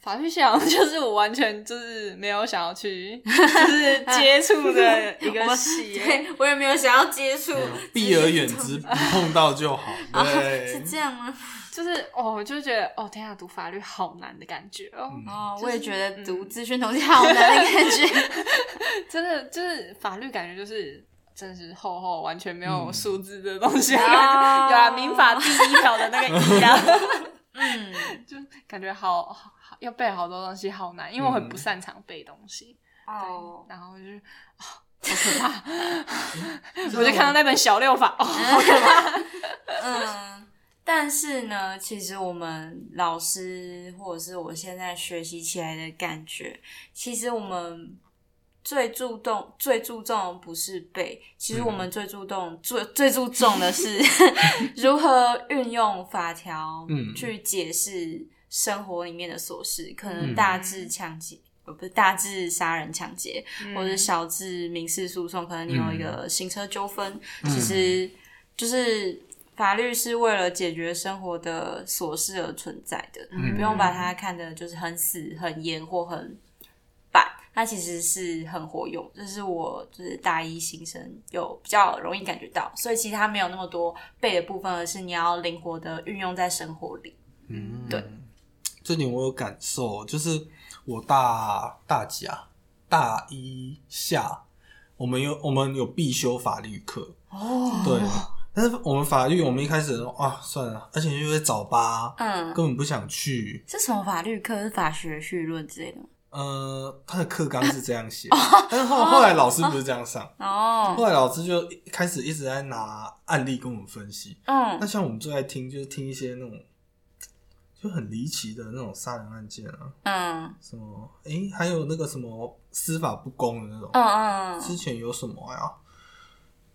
A: 法律系好像就是我完全就是没有想要 去，就是接触的一个系耶。
B: 对我也没有想要接触，哦
C: 避而远之，不碰到就好。
A: 啊
C: 对
B: 是，这样吗？
A: 就是哦，我就觉得哦，天啊，读法律好难的感觉哦，
C: 嗯
B: 哦，我也觉得
A: 嗯
B: 读资讯统计好难的感觉。
A: 真的就是法律感觉就是真的是厚厚完全没有数字的东西，
B: 哦
A: 有 嗯啊，民法第一条的 那个一啊，
B: 嗯，
A: 就感觉好好好要背好多东西，好难，因为我很不擅长背东西，
B: 哦，
A: 然后就是。哦好可怕！
C: 我
A: 我就看到那本小六法，哦，
B: 嗯。 但是呢，其实我们老师或者是我现在学习起来的感觉，其实我们最注重、最注重的不是背，其实我们最注重、最最注重的是如何运用法条
C: 嗯
B: 去解释生活里面的琐事，可能大致抢劫，呃，不是大致杀人抢劫，或
A: 嗯
B: 者小至民事诉讼，可能你有一个行车纠纷，其实就是法律是为了解决生活的琐事而存在的，
C: 嗯
B: 不用把它看的就是很死、很严或很板，它其实是很活用。这是我就是大一新生有比较容易感觉到，所以其实它没有那么多背的部分，而是你要灵活的运用在生活里。
C: 嗯
B: 对，
C: 这点我有感受，就是我大大几啊，大一下，我们有我们有必修法律课，
B: 哦，
C: 对，但是我们法律我们一开始啊算了，而且因为早八，
B: 嗯，
C: 根本不想去。
B: 是什么法律课？是法学绪论之类的吗？
C: 呃，他的课纲是这样写，但是后后来老师不是这样上，
B: 哦，
C: 后来老师就一开始一直在拿案例跟我们分析，那
B: 嗯，
C: 像我们最爱听就是听一些那种就很离奇的那种杀人案件啊，
B: 嗯，
C: 什么诶、还有那个什么司法不公的那种。
B: 嗯嗯，
C: 之前有什么呀？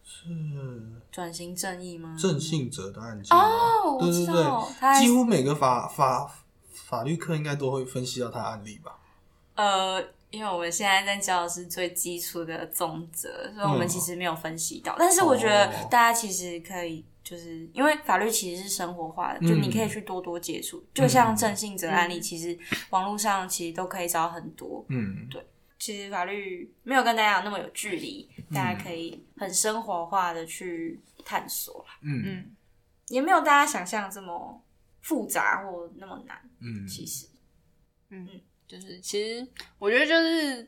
C: 是
B: 转型正义吗？
C: 郑信哲的案件哦
B: 我
C: 对
B: 知
C: 对
B: 道他还
C: 对，几乎每个法法法律课应该都会分析到他的案例吧？
B: 呃，因为我们现在在教的是最基础的总则，所以我们其实没有分析到。但是我觉得
C: 嗯哦
B: 大家其实可以，就是因为法律其实是生活化的，就
C: 嗯
B: 你可以去多多接触。就像郑信哲案例，其实网络上其实都可以找很多。
C: 嗯，
B: 其实法律没有跟大家有那么有距离，
C: 嗯
B: 大家可以很生活化的去探索啦，
C: 嗯
A: 嗯，
B: 也没有大家想象这么复杂或那么难。
C: 嗯，
B: 其实，
A: 就是其实我觉得就是，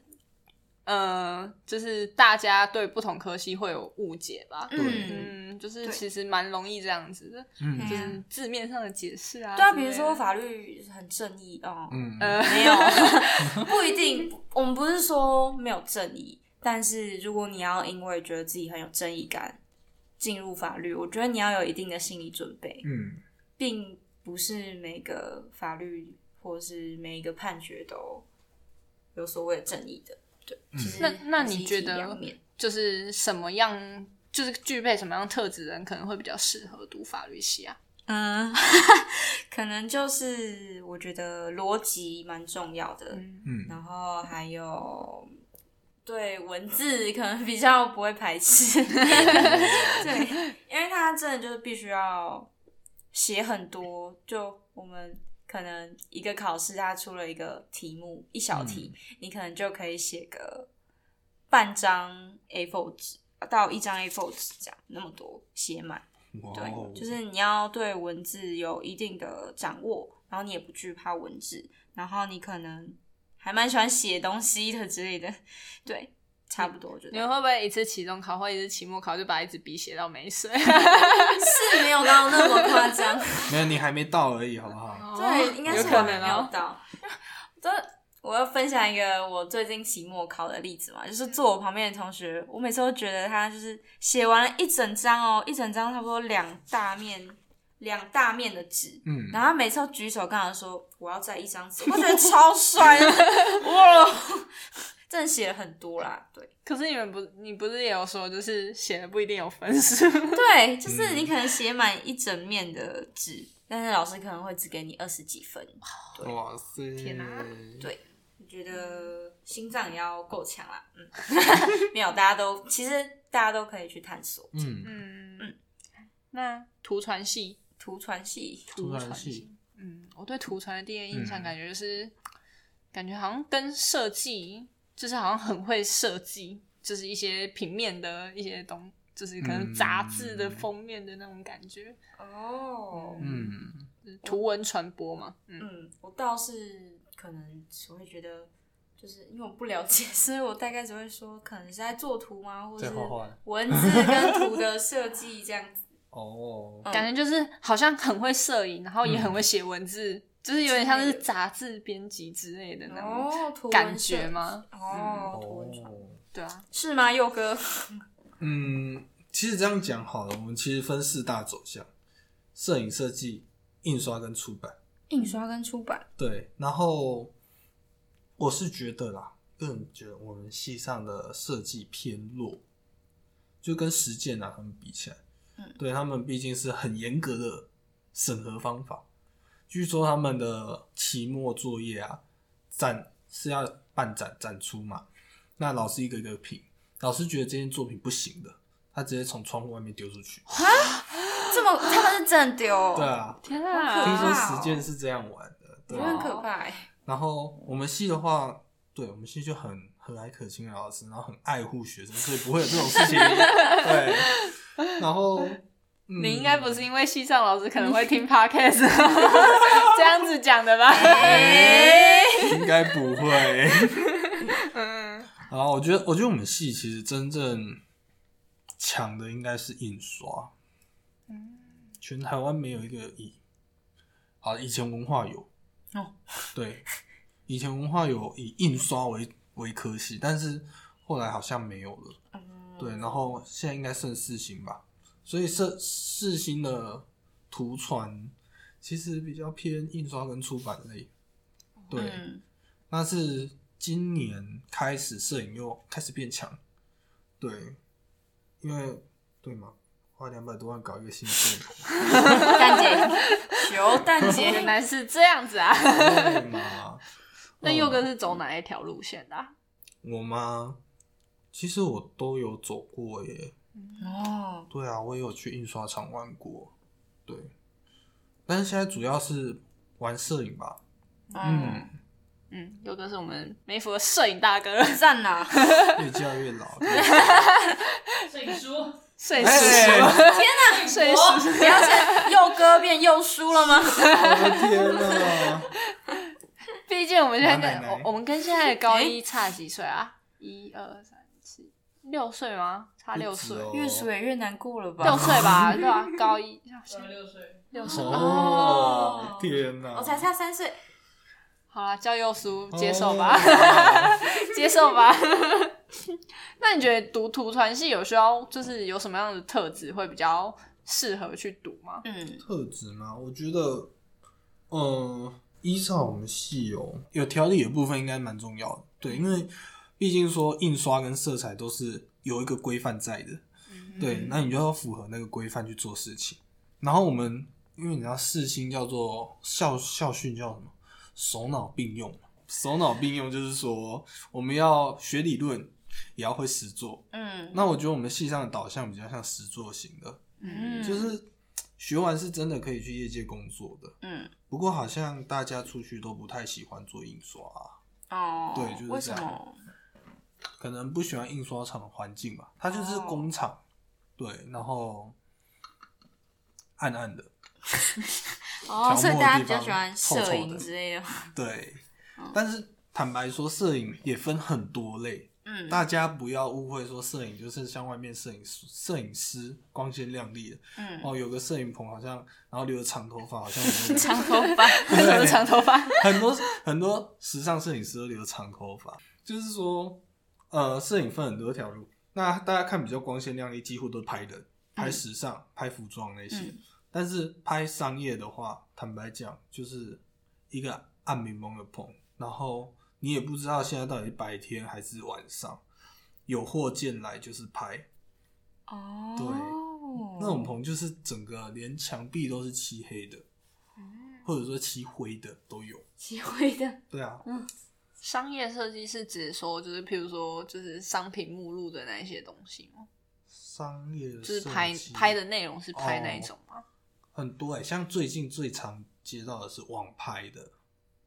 A: 呃，就是大家对不同科系会有误解吧，
C: 对
B: 嗯，
A: 嗯，们就是
F: 对
A: 其实蛮容易这样子的，
C: 嗯
B: 对
A: 就是字面上的解释啊之
B: 对
A: 类
B: 啊，
A: 的。
B: 比如说法律很正义哦，
C: 嗯，
A: 呃，
B: 没有， 不一定。我们不是说没有正义，但是如果你要因为觉得自己很有正义感进入法律，我觉得你要有一定的心理准备，
C: 嗯，
B: 并不是每个法律或是每一个判决都有所谓的正义的。对，
C: 嗯
B: 其实
A: 那那
B: 还是
A: 你
B: 一
A: 觉
B: 体
A: 得
B: 两面
A: 就是什么样，就是具备什么样特质的人可能会比较适合读法律系啊？
B: 嗯， 可能就是我觉得逻辑蛮重要的，
A: 嗯，
C: 嗯，
B: 然后还有对文字可能比较不会排斥，对，因为他真的就是必须要写很多，就我们。可能一个考试，他出了一个题目，一小题，你可能就可以写个半张 A4 纸到一张 A4 纸这样，那么多写满。
C: 哇哦
B: 对，就是你要对文字有一定的掌握，然后你也不惧怕文字，然后你可能还蛮喜欢写东西的之类的，对，差不多我觉
A: 你们
B: 得
A: 会不会一次期中考或一次期末考就把一支笔写到没水？
B: 是没有到那么夸 张，哦
C: 没有你还没到而已，好不
A: 哦
C: 好？
B: 对，应该
A: 有
B: 是
A: 可
B: 我还
A: 能
B: 没有
A: 哦。
B: 到。这我要分享一个我最近期末考的例子嘛，就是坐我旁边的同学，我每次都觉得他就是写完了一整张哦，一整张差不多两大面两大面的纸，
C: 嗯，
B: 然后他每次都举手跟我说我要再一张纸，我觉得超帅 的，哇，真的写了很多啦，对
A: 可是你们不，你不是也有说，就是写了不一定有分数？
B: 对，就是你可能写满一整面的纸，但是老师可能会只给你二十几分，
C: 哇塞，
A: 天哪
B: 对我觉得心脏也要够强啦，嗯， 没有，大家都其实大家都可以去探索
C: 嗯，
A: 嗯，那图传系，
B: 图传系，
C: 突然系，
A: 嗯，我对图传的第一印象
C: 嗯
A: 感觉就是，感觉好像跟设计，就是好像很会设计，就是一些平面的一些东，就是可能
C: 嗯
A: 杂志的封面的那种感觉，
B: 哦
C: 嗯，
A: 就是图文传播嘛。嗯，
B: 嗯，我倒是可能只会觉得，就是因为我不了解，所以我大概只会说，可能是在做图吗，或是
C: 在画画
B: 文字跟图的设计这样子。
C: 哦，
B: 嗯
A: 感觉就是好像很会摄影，然后也很会写文字，就是有点像是
B: 之类的
A: 杂志编辑之类的那种。
B: 哦，图文
A: 感
B: 设
A: 觉
B: 计
A: 吗？
B: 哦，图文创
C: 哦，
A: 对啊，
B: 是吗，佑哥？
C: 嗯，其实这样讲好了，我们其实分四大走向：摄影设计、印刷跟出版。
B: 印刷跟出版，
C: 对，然后我是觉得啦，个人觉得我们系上的设计偏弱，就跟实践啊他们比起来，
B: 嗯
C: 对他们毕竟是很严格的审核方法。据说他们的期末作业啊，展是要办展展出嘛，那老师一个一个评，老师觉得这件作品不行的，他直接从窗户外面丢出去。
B: 这么他们是真的丢哦，
C: 对啊，
A: 天
B: 好可
C: 听
A: 啊！
C: 说
B: 怕哦
C: 实践是这样玩的，对
B: 我觉
C: 啊
B: 得很可怕欸。
C: 然后我们系的话，对我们系就很和蔼可亲的老师，然后很爱护学生，所以不会有这种事 情。对，然后、嗯
A: 你应该不是因为西藏老师可能会 听 podcast 这样子讲的吧？
B: 哎，
C: 应该不会。
A: 嗯，
C: 然后我觉得，我觉得我们系其实真正强的应该是印刷，全台湾没有一个以，好，以前文化有，
B: 哦，
C: 对，以前文化有以印刷为为科系，但是后来好像没有了。
B: 嗯
C: 对，然后现在应该剩四星吧，所以四四星的图传其实比较偏印刷跟出版类。对，
B: 嗯，
C: 那是今年开始摄影又开始变强，对，因为对嘛，花两百多万搞一个新摄影棚，
B: 嗯蛋姐，求 蛋
A: 原
B: 姐，
A: 来是这样子啊！
C: 对嘛？
A: 那佑哥是走哪一条路线的啊、
C: 我吗？其实我都有走过耶，
B: 哦，
C: 对啊，我也有去印刷厂玩过，对，但是现在主要是玩摄影吧，
B: 嗯，
A: 嗯，佑哥是我们梅福的摄影大哥，
B: 哦赞啊呐！
C: 越叫越老。
G: 摄影书，
A: 摄影叔
C: 哎，
A: 叔，
C: 我
A: 摄影叔 叔。
B: 不要是哦佑哥变佑叔了吗？
C: 哎的天哪！
A: 毕竟我们现在
C: 老奶奶
A: 跟我我们跟现在的高一差几岁啊？一二三四，六岁吗？差六
C: 不止
A: 岁，
C: 哦
B: 越数也越难过了 吧？
A: 六岁吧，对吧？高一，啊
G: 十六岁，
A: 六岁。
C: 哦
B: 哦，
C: 天哪！
B: 我才差三岁，
A: 好啦，教幼书
C: 哦
A: 接受吧， 接受吧。 那你觉得读图传系有需要，就是有什么样的特质会比较适合去读吗？
B: 嗯，
C: 特质吗？我觉得，嗯，依照我们系有有条理的部分应该蛮重要的，对，因为毕竟说印刷跟色彩都是有一个规范在的，
B: 嗯
A: 嗯
C: 对，那你就要符合那个规范去做事情。然后我们因为你知道世新叫做校校训叫什么，手脑并用嘛，手脑并用就是说我们要学理论，也要会实做。
B: 嗯
C: 那我觉得我们系上的导向比较像实做型的，
B: 嗯，
C: 就是学完是真的可以去业界工作的。
B: 嗯
C: 不过好像大家出去都不太喜欢做印刷、啊，
B: 哦，
C: 对就是
B: 为什
C: 这样
B: 么？
C: 可能不喜欢印刷厂的环境吧。它就是
B: 哦
C: 工厂，对，然后暗暗的，
B: 哦，所以
C: 调墨的地方
B: 大家比较喜欢摄
C: 臭臭
B: 影
C: 的
B: 之类的，
C: 对。
B: 哦
C: 但是坦白说，摄影也分很多类，
B: 嗯，
C: 大家不要误会说摄影就是像外面摄影师摄影师光鲜亮丽的，
B: 嗯
C: 哦，有个摄影棚好像，然后留着长头发，好像 我们
B: 长头发，
A: 为 什么嗯长头发？
C: 很多很多时尚摄影师都留长头发，就是说，呃，摄影分很多条路。那大家看比较光鲜亮丽，几乎都拍人、拍时尚、拍服装那些。
B: 嗯
C: 但是拍商业的话，坦白讲，就是一个暗冥蒙的棚，然后你也不知道现在到底是白天还是晚上。有货进来就是拍，
B: 哦，
C: 对那种棚就是整个连墙壁都是漆黑的，或者说漆灰的都有。
B: 机会的，
C: 对啊，
A: 商业设计是指说，就是譬如说，就是商品目录的那一些东西吗？
C: 商业的
A: 就是
C: 设
A: 拍
C: 计哦
A: 拍的内容是拍那一种吗？
C: 很多哎、像最近最常接到的是网拍的，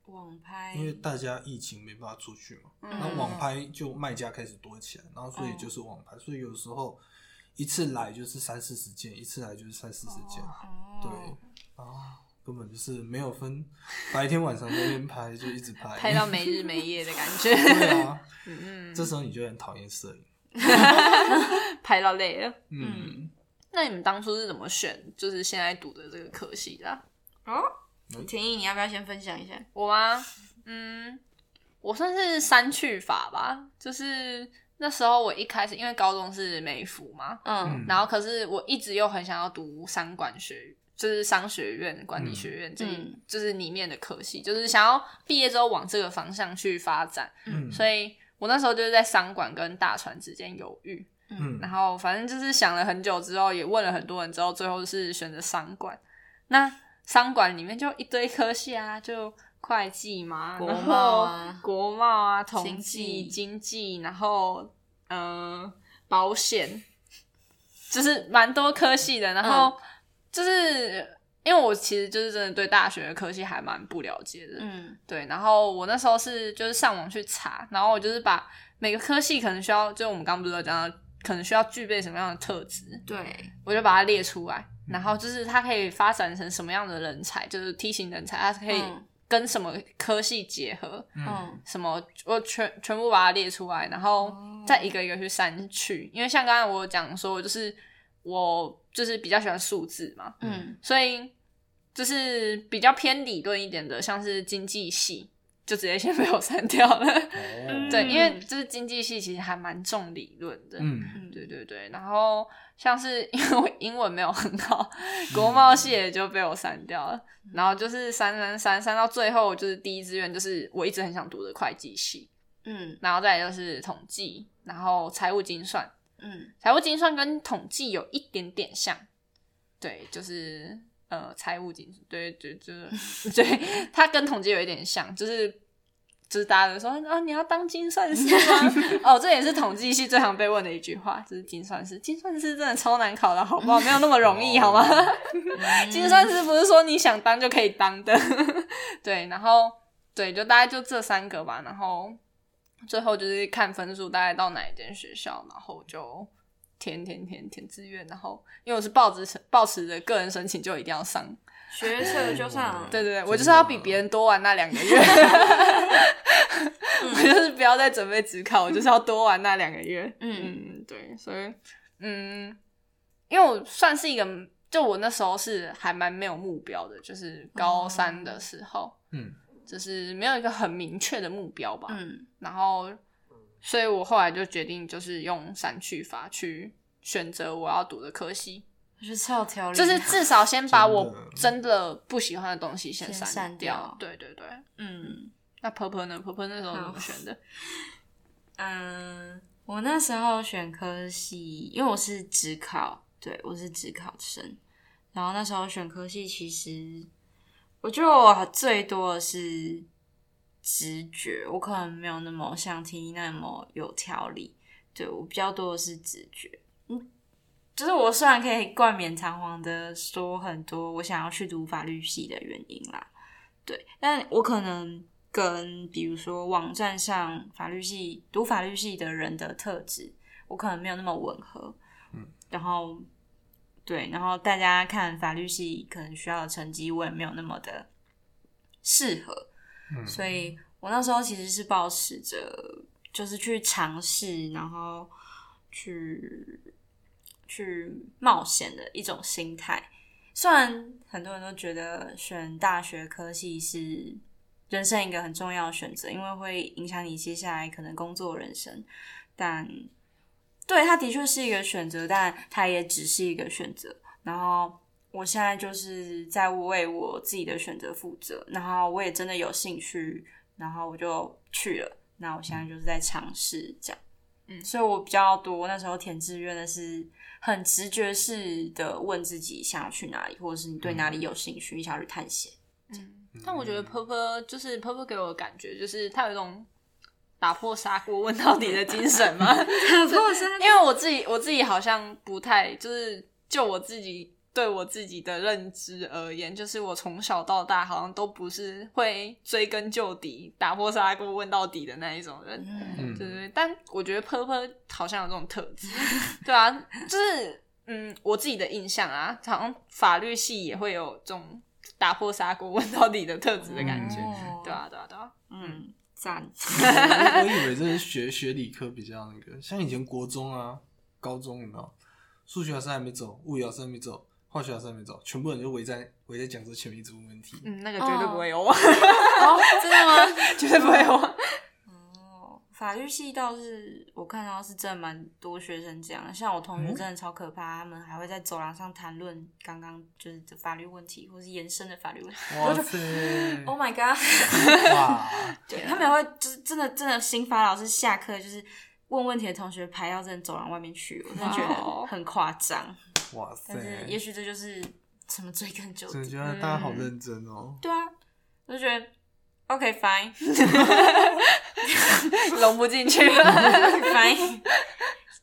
B: 网
A: 哎
B: 拍，
C: 因为大家疫情没办法出去嘛，
A: 嗯
C: 那、网拍就卖家开始多起来，然后所以就是网拍，所以有时候一次来就是三四十件，一次来就是三四十件，
B: 哦
C: 对，然后根本就是没有分白天晚上在那边拍，就一直拍，
A: 拍到没日没夜的感觉，
C: 对啊，
A: 嗯，
C: 这时候你就很讨厌摄影，
A: 拍到累了。
C: 嗯，
A: 那你们当初是怎么选？就是现在读的这个科系的啊、
C: 哎
B: 田哦毅，你要不要先分享一下？
A: 我吗？嗯，我算是删去法吧，就是那时候我一开始因为高中是美服嘛，
B: 嗯
C: 嗯
A: 然后可是我一直又很想要读商管学，就是商学院、管理学院这一、
B: 嗯
A: 就是里面的科系，就是想要毕业之后往这个方向去发展，
C: 嗯，
A: 所以我那时候就是在商管跟大船之间犹豫，
C: 嗯
A: 然后反正就是想了很久之后，也问了很多人之后，最后是选择商管。那商管里面就一堆科系啊，就会计嘛，
B: 国
A: 然
B: 贸
A: 后
B: 啊
A: 国贸啊，统
B: 经济
A: 计、经济，然后嗯、呃保险，就是蛮多科系的。然后
B: 嗯
A: 就是、因为我其实就是真的对大学的科系还蛮不了解的，
B: 嗯
A: 对，然后我那时候是就是上网去查，然后我就是把每个科系可能需要，就我们刚不是有讲到，可能需要具备什么样的特质，
B: 对，
A: 我就把它列出来，然后就是它可以发展成什么样的人才，就是 T 型人才，它可以
B: 嗯
A: 跟什么科系结合，
C: 嗯
B: 嗯
A: 什么我全全部把它列出来，然后再一个一个去删去，因为像刚才我有讲说，我就是我就是比较喜欢数字嘛，
B: 嗯
A: 所以就是比较偏理论一点的，像是经济系，就直接先 被我删掉了。
C: 哦
A: 对，
B: 嗯
A: 因为就是经济系其实还蛮重理论的。
C: 嗯，
A: 对对对，然后像是因为我英文没有很好，国贸系也就被我删掉了。然后就是删删删删到最后，就是第一志愿就是我一直很想读的会计系，
B: 嗯
A: 然后再来就是统计，然后财务精算，
B: 嗯
A: 财务精算跟统计有一点点像，对，就是呃，财务精，对对，就是 对，它跟统计有一点像，就是就是大家都说啊，你要当精算师吗？ 哦，这也是统计系最常被问的一句话，就是精算师，精算师真的超难考的，好不好？没有那么容易，好吗？
B: 嗯
A: 精嗯算师不是说你想当就可以当的， 对，然后对，就大概就这三个吧，然后最后就是看分数，大概到哪一间学校，然后就填填填填志愿，然后因为我是报纸报持着个人申请就一定要上，
B: 学测就上，
A: 对对对，
C: 真的
A: 我就是要比别人多玩那两个月， 我就是不要再准备职考，我就是要多玩那两个月，
B: 嗯
A: 嗯，对，所以嗯，因为我算是一个，就我那时候是还蛮没有目标的，就是高三的时候，
C: 嗯，
A: 就是没有一个很明确的目标吧。
B: 嗯，
A: 然后，所以我后来就决定就是用删去法去选择我要读的科系，
B: 我觉得超有条 理，
A: 就是至少先把我
C: 真
A: 真的不喜欢的东西先
B: 先
A: 删
B: 删掉
A: 对对对。
B: 嗯
A: 那 purple 呢？purple 那时候怎么选的？
B: 嗯，我那时候选科系，因为我是职考，对我是职考生，然后那时候选科系，其实我觉得我最多的是直觉，我可能没有那么像 T E 那么有条理，对我比较多的是直觉，嗯。就是我虽然可以冠冕堂皇的说很多我想要去读法律系的原因啦，对，但我可能跟比如说网站上法律系读法律系的人的特质，我可能没有那么吻合。
C: 嗯，
B: 然后对，然后大家看法律系可能需要的成绩，我也没有那么的适合。
C: 嗯
B: 所以我那时候其实是保持着就是去尝试，然后去去冒险的一种心态。虽然很多人都觉得选大学科系是人生一个很重要的选择，因为会影响你接下来可能工作人生，但对它的确是一个选择，但它也只是一个选择。然后我现在就是在为我自己的选择负责，然后我也真的有兴趣，然后我就去了。那我现在就是在尝试这样，
A: 嗯
B: 所以我比较多那时候填志愿的是很直觉式的问自己想要去哪里，或者是你对哪里有兴趣，你想要去探 险。
A: 嗯，但我觉得 purple 就是 purple 给我的感觉就是他有一种打破砂锅问到底的精神嘛。
B: 破山
A: 因为我自己我自己好像不太就是就我自己对我自己的认知而言，就是我从小到大好像都不是会追根究底、打破砂锅问到底的那一种人。
C: 嗯
A: 对对对，但我觉得 Purple 好像有这种特质， 对啊，就是嗯，我自己的印象啊，好像法律系也会有这种打破砂锅问到底的特质的感觉，
C: 嗯
B: 哦
A: 对啊，对啊，对啊，
B: 嗯，赞。
C: 我以为这是学学理科比较那个，像以前国中啊、高中，你知道，数学老师还没走，物理老师还没走，化学老师还没走，全部人就围在围在讲这前面这个问题。
A: 嗯，那个绝对不会有我，
B: 哦，真的吗？
A: 绝对不会有我，
B: 哦，法律系倒是我看到是真的蛮多学生这样的，像我同学
C: 嗯
B: 真的超可怕，他们还会在走廊上谈论刚刚就是的法律问题，或是延伸的法律问题。
C: 哇塞！
A: 嗯
B: Oh my god！
C: 哇，
B: 对他们也会就是真的真的刑法老师下课就是问问题的同学排到真的走廊外面去，我真的觉
A: 哇哦
B: 得很夸张。
C: 哇
B: 但是也
C: 塞！
B: 许这就是什么追根究
C: 真的
B: 底
C: 觉。得大家好认真哦。
B: 对啊，我就觉得 OK fine
A: 融不进去了。
B: fine。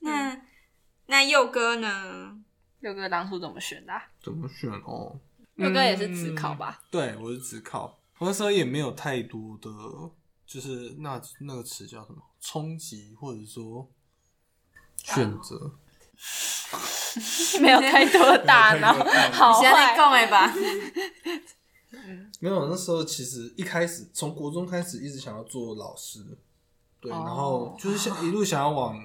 B: 那那佑哥呢？
A: 六哥当初怎么选的啊、
C: 怎么选哦？嗯
A: 六哥也是自考吧？
C: 对，我是只考，我那时候也没有太多的，就是那那个词叫什么冲击，或者说选择。
A: 没有太多的大脑，
C: 没有太多的大脑
A: 好
B: 现在
A: 坏。
B: 在讲的吧？
C: 没有，那时候其实一开始从国中开始一直想要做老师，对，然后就是想一路想要往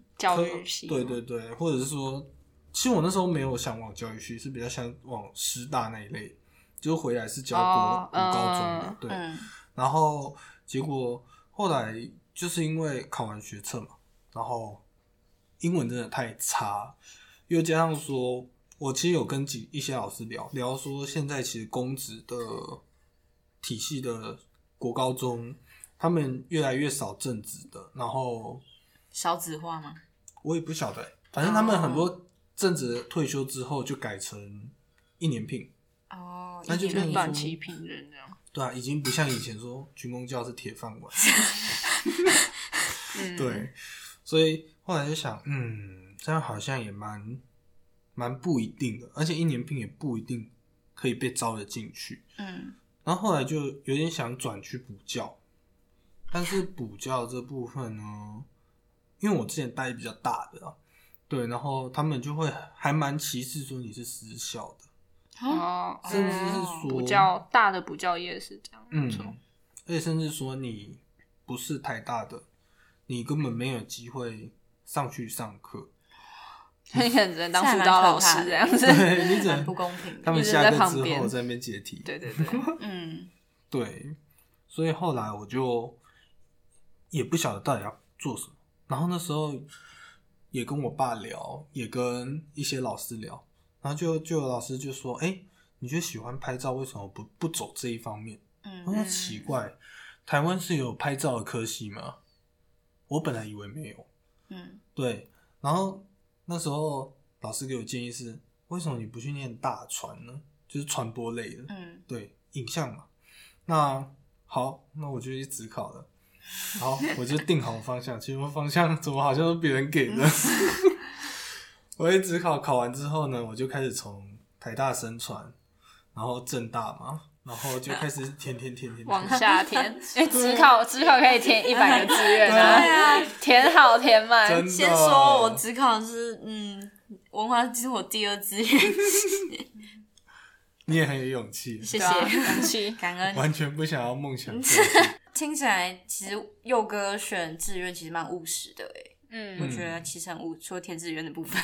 A: 哦教
C: 科
A: 育系，
C: 对对对，或者是说，其实我那时候没有想往教育系，是比较想往师大那一类，就回来是教
A: 哦
C: 国国高中的，
A: 嗯
C: 对，
B: 嗯，
C: 然后结果后来就是因为考完学测嘛，然后英文真的太差，又加上说，我其实有跟几一些老师聊聊说，现在其实公职的体系的国高中，他们越来越少正职的，然后
B: 少子化吗？
C: 我也不晓得欸、反正他们很多正职退休之后就改成一年聘，
B: 哦，
C: 那就
B: 一
A: 就
B: 点
A: 是
B: 点
A: 短期评论这样。
C: 对啊，已经不像以前说军工教是铁饭碗。
A: 嗯，
C: 对，所以后来就想，嗯，这样好像也蛮蛮不一定的，而且一年聘也不一定可以被招得进去。
B: 嗯，
C: 然后后来就有点想转去补教，但是补教这部分呢，因为我之前待比较大的、啊，对，然后他们就会还蛮歧视说你是私校的，
A: 哦，
C: 甚至是
A: 哦
C: 说
A: 补教大的补教业是这样，没错
C: 嗯，而且甚至说你不是台大的，你根本没有机会上去上课，
A: 你可能只能当辅导老师这样子。
C: 对你只
B: 很不
C: 能
B: 公平
C: 他
B: 的。
C: 们
A: 人
C: 下
A: 在
C: 课
A: 旁
C: 之
A: 边
C: 后在那边解题。
A: 对对对，
B: 嗯，
C: 对，所以后来我就也不晓得到底要做什么。然后那时候也跟我爸聊，也跟一些老师聊，然后就就有老师就说：“哎、你就喜欢拍照，为什么不不走这一方面？”
B: 嗯
C: 我说奇怪，台湾是有拍照的科系吗？我本来以为没有。
B: 嗯，
C: 对，然后那时候老师给我建议是：为什么你不去念大传呢？就是传播类的。
B: 嗯，
C: 对，影像嘛。那好，那我就去只考了。好，我就定好方向。其实我方向怎么好像都别人给的？ 我一直考，考完之后呢，我就开始从台大升传，然后正大嘛，然后就开始填填填填填。
A: 往下 填，
H: 因为哎只考只考可以填一百个志愿
B: 对
H: 啊，
B: 啊，
H: 填好填
C: 真
H: 满
C: 的，
B: 先说我只考是嗯，文化是我第二志愿，
C: 你也很有勇气，
B: 谢
H: 对啊
B: 谢，
H: 勇气。
B: 感恩。
C: 完全不想要梦想放弃。
B: 听起来其实佑哥选志愿其实蛮务实的诶、我
H: 嗯，
B: 觉得其实很务，说填志愿的部 分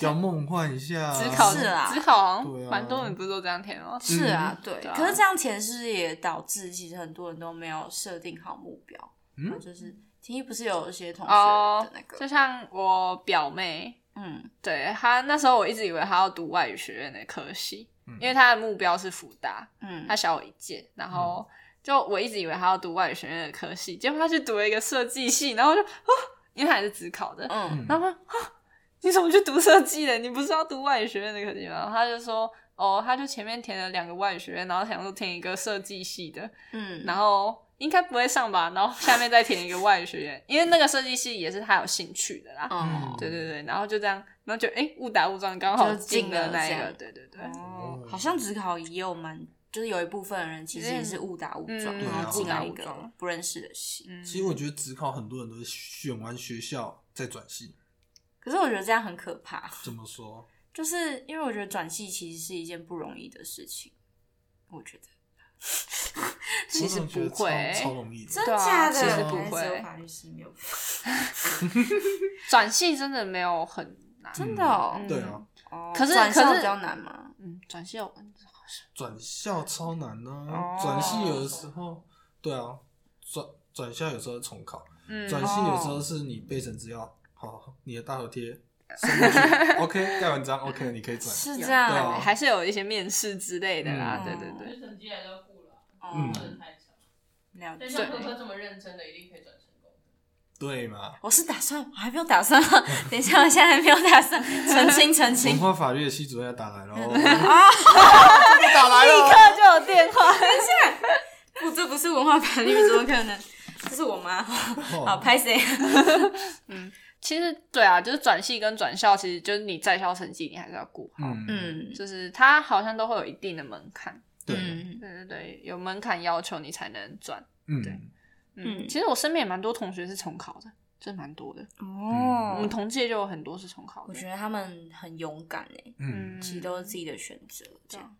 C: 要梦幻一下。
A: 只考
B: 是啊
A: 只考好
C: 对
A: 像
C: 啊
A: 蛮多人不是都这样填吗？
B: 是啊，对。
A: 对啊
B: 可是这样填是不是也导致其实很多人都没有设定好目标？啊
C: 嗯
B: 就是听一不是有一些同学
A: 哦
B: 的那个，
A: 就像我表妹，
B: 嗯
A: 对她那时候我一直以为她要读外语学院的科系，
C: 嗯
A: 因为她的目标是辅大，
B: 嗯
A: 她，小我一届，然后就我一直以为她要读外语学院的科系，结果她去读了一个设计系，然后我就哦，因为她也是只考的，
B: 嗯
C: 嗯
A: 然后我就啊，你怎么去读设计的？你不是要读外语学院的科系吗？她就说。哦，她就前面填了两个外语学院，然后想说填一个设计系的，
B: 嗯，
A: 然后应该不会上吧，然后下面再填一个外语学院，因为那个设计系也是她有兴趣的啦。
B: 哦
C: 嗯
A: 对对对，然后就这样，然后就哎误打误撞刚好
B: 就进
A: 进了
B: 了
A: 那
B: 这
A: 一个，
B: 样
A: 对对对，
B: 哦，好像只考也有蛮，就是有一部分人其实也是误打误撞，
A: 嗯
B: 然后进了
A: 误
B: 一
A: 打误
B: 个
A: 撞
B: 不认识的系。
A: 嗯，
C: 其实我觉得职考很多人都是选完学校再转系，
B: 可是我觉得这样很可怕，
C: 怎么说？
B: 就是因为我觉得转系其实是一件不容易的事情，我觉得。
A: 其实
C: 我怎么觉得
A: 不会
C: 超超容易的。
A: 对啊，其
B: 我
A: 实
B: 本来
A: 不
B: 只有
A: 会
B: 法律系没有，
A: 转系真的没有很难，
B: 真的哦。
A: 嗯
C: 对啊，
B: 哦
A: 可是
B: 转校
A: 可是
B: 比较难嘛。
A: 嗯，转系有
C: 转校超难呢、
B: 哦
C: 转系有的时候，对啊，转转校有时候是重考，
A: 嗯
C: 转系有时候是你背成资料，好，你的大头贴 送过去，OK，盖完章 OK，你可以转。
B: 是
A: 有
B: 这样
C: 对啊
A: 还是有一些面试之类的啦
B: 嗯，
A: 对对对，
G: 就成绩来都顾了，
B: 哦
C: 嗯，
G: 不能太差。
B: 了
G: 但
B: 解。
G: 像科科这么认真的，一定可以转成功的。
C: 对嘛？
B: 我是打算，我还没有打算，哦等一下，我现在还没有打算 澄清澄
C: 文
B: 清。啊
C: 化法律的系主任要打来了哦，
B: 嗯
A: 打来立刻就有电话，
B: 不，这不是文化法律，怎么可能？这是我妈。
C: 哦
B: 好，拍谁？
A: 其实对啊，就是转系跟转校，其实就是你在校成绩你还是要顾好，
C: 嗯嗯，
B: 嗯，
A: 就是它好像都会有一定的门槛，
C: 对，
B: 嗯
A: 对对对，有门槛要求你才能转，对
C: 嗯，
A: 嗯，
B: 嗯
A: 其实我身边也蛮多同学是重考的，真蛮多的。
B: 哦，
A: 我们同届就有很多是重考
B: 我
A: 的。
B: 觉得他们很勇敢诶，
C: 嗯，
B: 其实都是自己的选择。这样，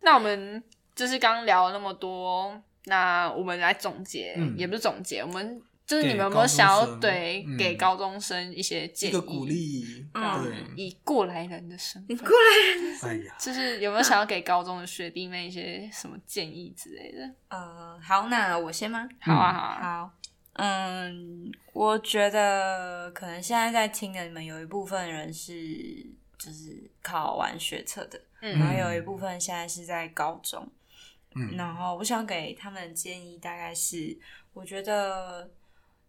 A: 那我们就是刚聊了那么多，那我们来总结，
C: 嗯
A: 也不是总结，我们就是
C: 给
A: 你们有没
C: 高
A: 有
C: 中
A: 想要
C: 生
A: 对、
C: 嗯
A: 给高中生一些
C: 一
A: 建议？
C: 个鼓，励，
B: 嗯
C: 对，
A: 以过来人的身份，
C: 哎呀，
A: 就是有没有想要给高中的学弟妹一些什么建议之类的？
B: 呃，好，那我先吗？
A: 好啊，好啊，
B: 好，嗯，我觉得可能现在在听的你们有一部分人是就是考完学测的，然
A: 嗯
B: 后有一部分现在是在高中。
C: 嗯
B: 然后我想给他们的建议大概是，我觉得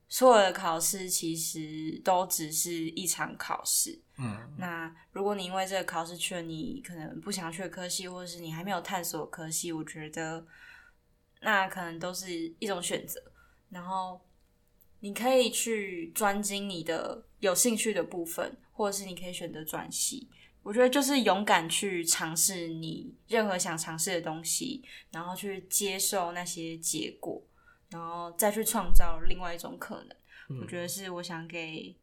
B: 所有的考试其实都只是一场考试，
C: 嗯
B: 那如果你因为这个考试去了你可能不想去的科系，或者是你还没有探索的科系，我觉得那可能都是一种选择。然后你可以去专精你的有兴趣的部分，或者是你可以选择转系。我觉得就是勇敢去尝试你任何想尝试的东西，然后去接受那些结果，然后再去创造另外一种可能。
C: 嗯
B: 我觉得是我想给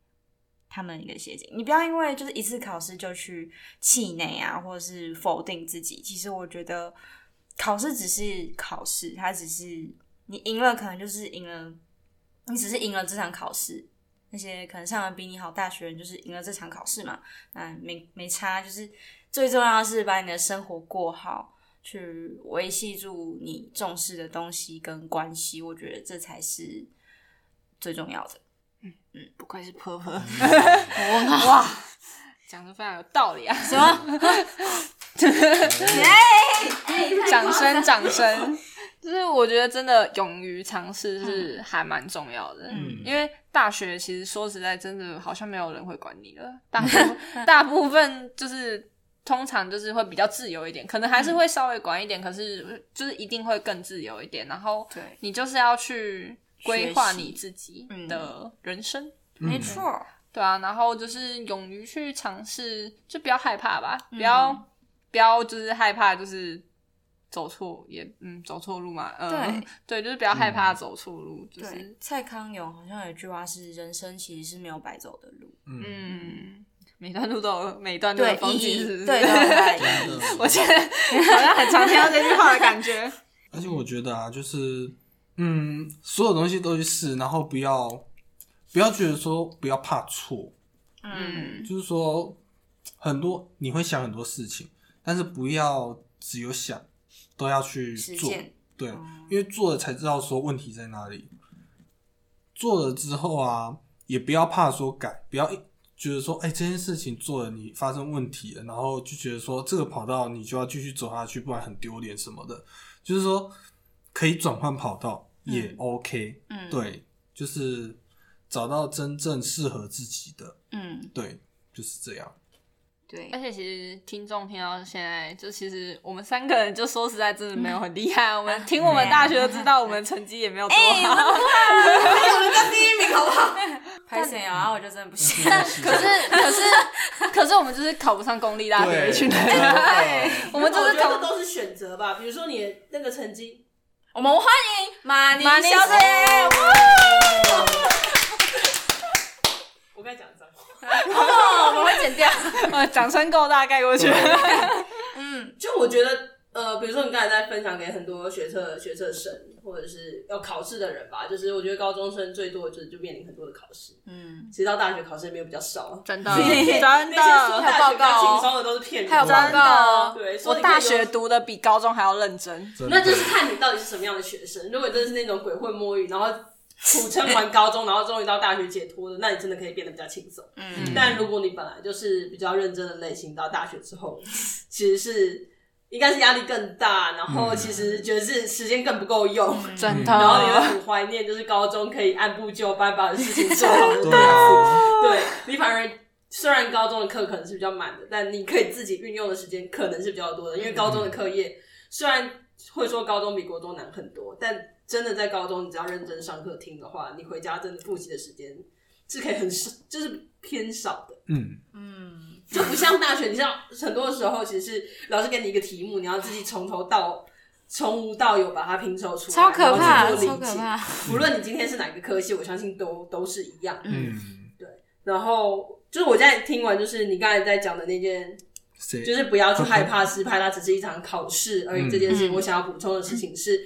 B: 他们一个协警。你不要因为就是一次考试就去气馁啊，或者是否定自己。其实我觉得考试只是考试，它只是你赢了，可能就是赢了你只是赢了这场考试。那些可能上的比你好大学人，就是赢了这场考试嘛，那没没差，就是最重要的是把你的生活过好，去维系住你重视的东西跟关系，我觉得这才是最重要的。
A: 不愧是婆婆，
C: 嗯
B: 问号哇，
A: 讲的非常有道理啊！
B: 什么？ 哎
A: 掌声，掌声！ 就是我觉得真的勇于尝试是还蛮重要的，
C: 嗯
A: 因为大学其实说实在，真的好像没有人会管你了，大部 大部分就是通常就是会比较自由一点，可能还是会稍微管一点，可是就是一定会更自由一点。然后
B: 对
A: 你就是要去规划
B: 学习
A: 你自己的人生，
C: 嗯
B: 没错，
A: 对啊，然后就是勇于去尝试，就不要害怕吧，
B: 嗯
A: 不要、不要就是害怕，就是走错也嗯走错路嘛，嗯、
B: 对嗯
A: 对，就是不要害怕走错路，就是
B: 对。蔡康永好像有一句话是：人生其实是没有白走的路，
C: 嗯，
A: 嗯，每段路都有每段路
B: 对
A: 的风
B: 意
A: 景，
B: 义，
A: 是不是？
B: 对，都有它的意义
C: 嗯 真的
A: 我觉得好像很常听到这句话的感觉。
C: 而且我觉得啊，就是嗯，所有东西都去试，然后不要不要觉得说不要怕错，
A: 嗯，
C: 就是说很多你会想很多事情，但是不要只有想，都要去
B: 实
C: 做，
B: 践。
C: 对，因为做了才知道说问题在哪里。做了之后啊，也不要怕说改，不要一觉得说，哎、这件事情做了你发生问题了，然后就觉得说这个跑道你就要继续走下去，不然很丢脸什么的。就是说可以转换跑道也 OK，、
B: 嗯，，
C: 对，就是找到真正适合自己的，
B: 嗯，
C: 对，就是这样。
B: 对
A: 而，且其实听众听到现在，就其实我们三个人就说实在真的没有很厉害， 我们听我们大学就知道我们成绩也没有哎多
B: 哎
A: 好。
B: 拍谁啊？我就真的不行。
A: 可是可是 可是我们就是考不上公立大学
C: 对，
A: 一群人，
C: 真的
A: 我们就是考
G: 这都是选择吧，比如说你那个成绩，
B: 我们欢迎马尼小
A: 马尼小
B: 姐，哇
G: 我刚才讲脏话，
B: 哦，我们会剪掉。
A: 呃掌声够大概过去。
B: 嗯，
G: 就我觉得。呃，比如说你刚才在分享给很多学测学测生或者是要考试的人吧，就是我觉得高中生最多就是就面临很多的考试，
B: 嗯，
G: 其实到大学考试也没有比较少 啊。
A: 真的
G: 对
A: 真
G: 那些
A: 的
G: 说大学比较
B: 还有报告哦
G: 轻松的都是骗人，
B: 还有报告哦，
G: 对，所
A: 我
G: 以
A: 大
G: 你可以
A: 学
G: 有
A: 读的比高中还要认真，
C: 真的
G: 那就是看你到底是什么样的学生。如果你真的是那种鬼混摸鱼，然后苦撑完高中，然后终于到大学解脱的，那你真的可以变得比较轻松。
B: 嗯
G: 但如果你本来就是比较认真的类型，到大学之后，其实是应该是压力更大，然
C: 嗯
G: 后其实觉得是时间更不够用。
I: 嗯
A: 真
G: 然后你会
A: 的。
G: 很怀念，就是高中可以按部就班把事情做好的
C: 对啊，
G: 对你反而虽然高中的课可能是比较满的，但你可以自己运用的时间可能是比较多的，因为高中的课业虽然会说高中比国中难很多，但真的在高中你只要认真上课听的话，你回家真的复习的时间是可以很少，就是偏少的。
C: 嗯，
B: 嗯，
G: 就不像大学，你知道，很多时候其实是老师给你一个题目，你要自己从头到从无到有把它拼凑出来，
B: 超可
G: 然
B: 怕，
G: 后去
B: 超
G: 做理
B: 可
G: 解。
B: 怕。
G: 无论你今天是哪个科系，我相信都都是一样。
C: 嗯，
G: 然后就是我现在听完，就是你刚才在讲的那件，
C: 谁
G: 就是不要去害怕失败，它只是一场考试而已。
C: 嗯
G: 这件事情，我想要补充的事情是，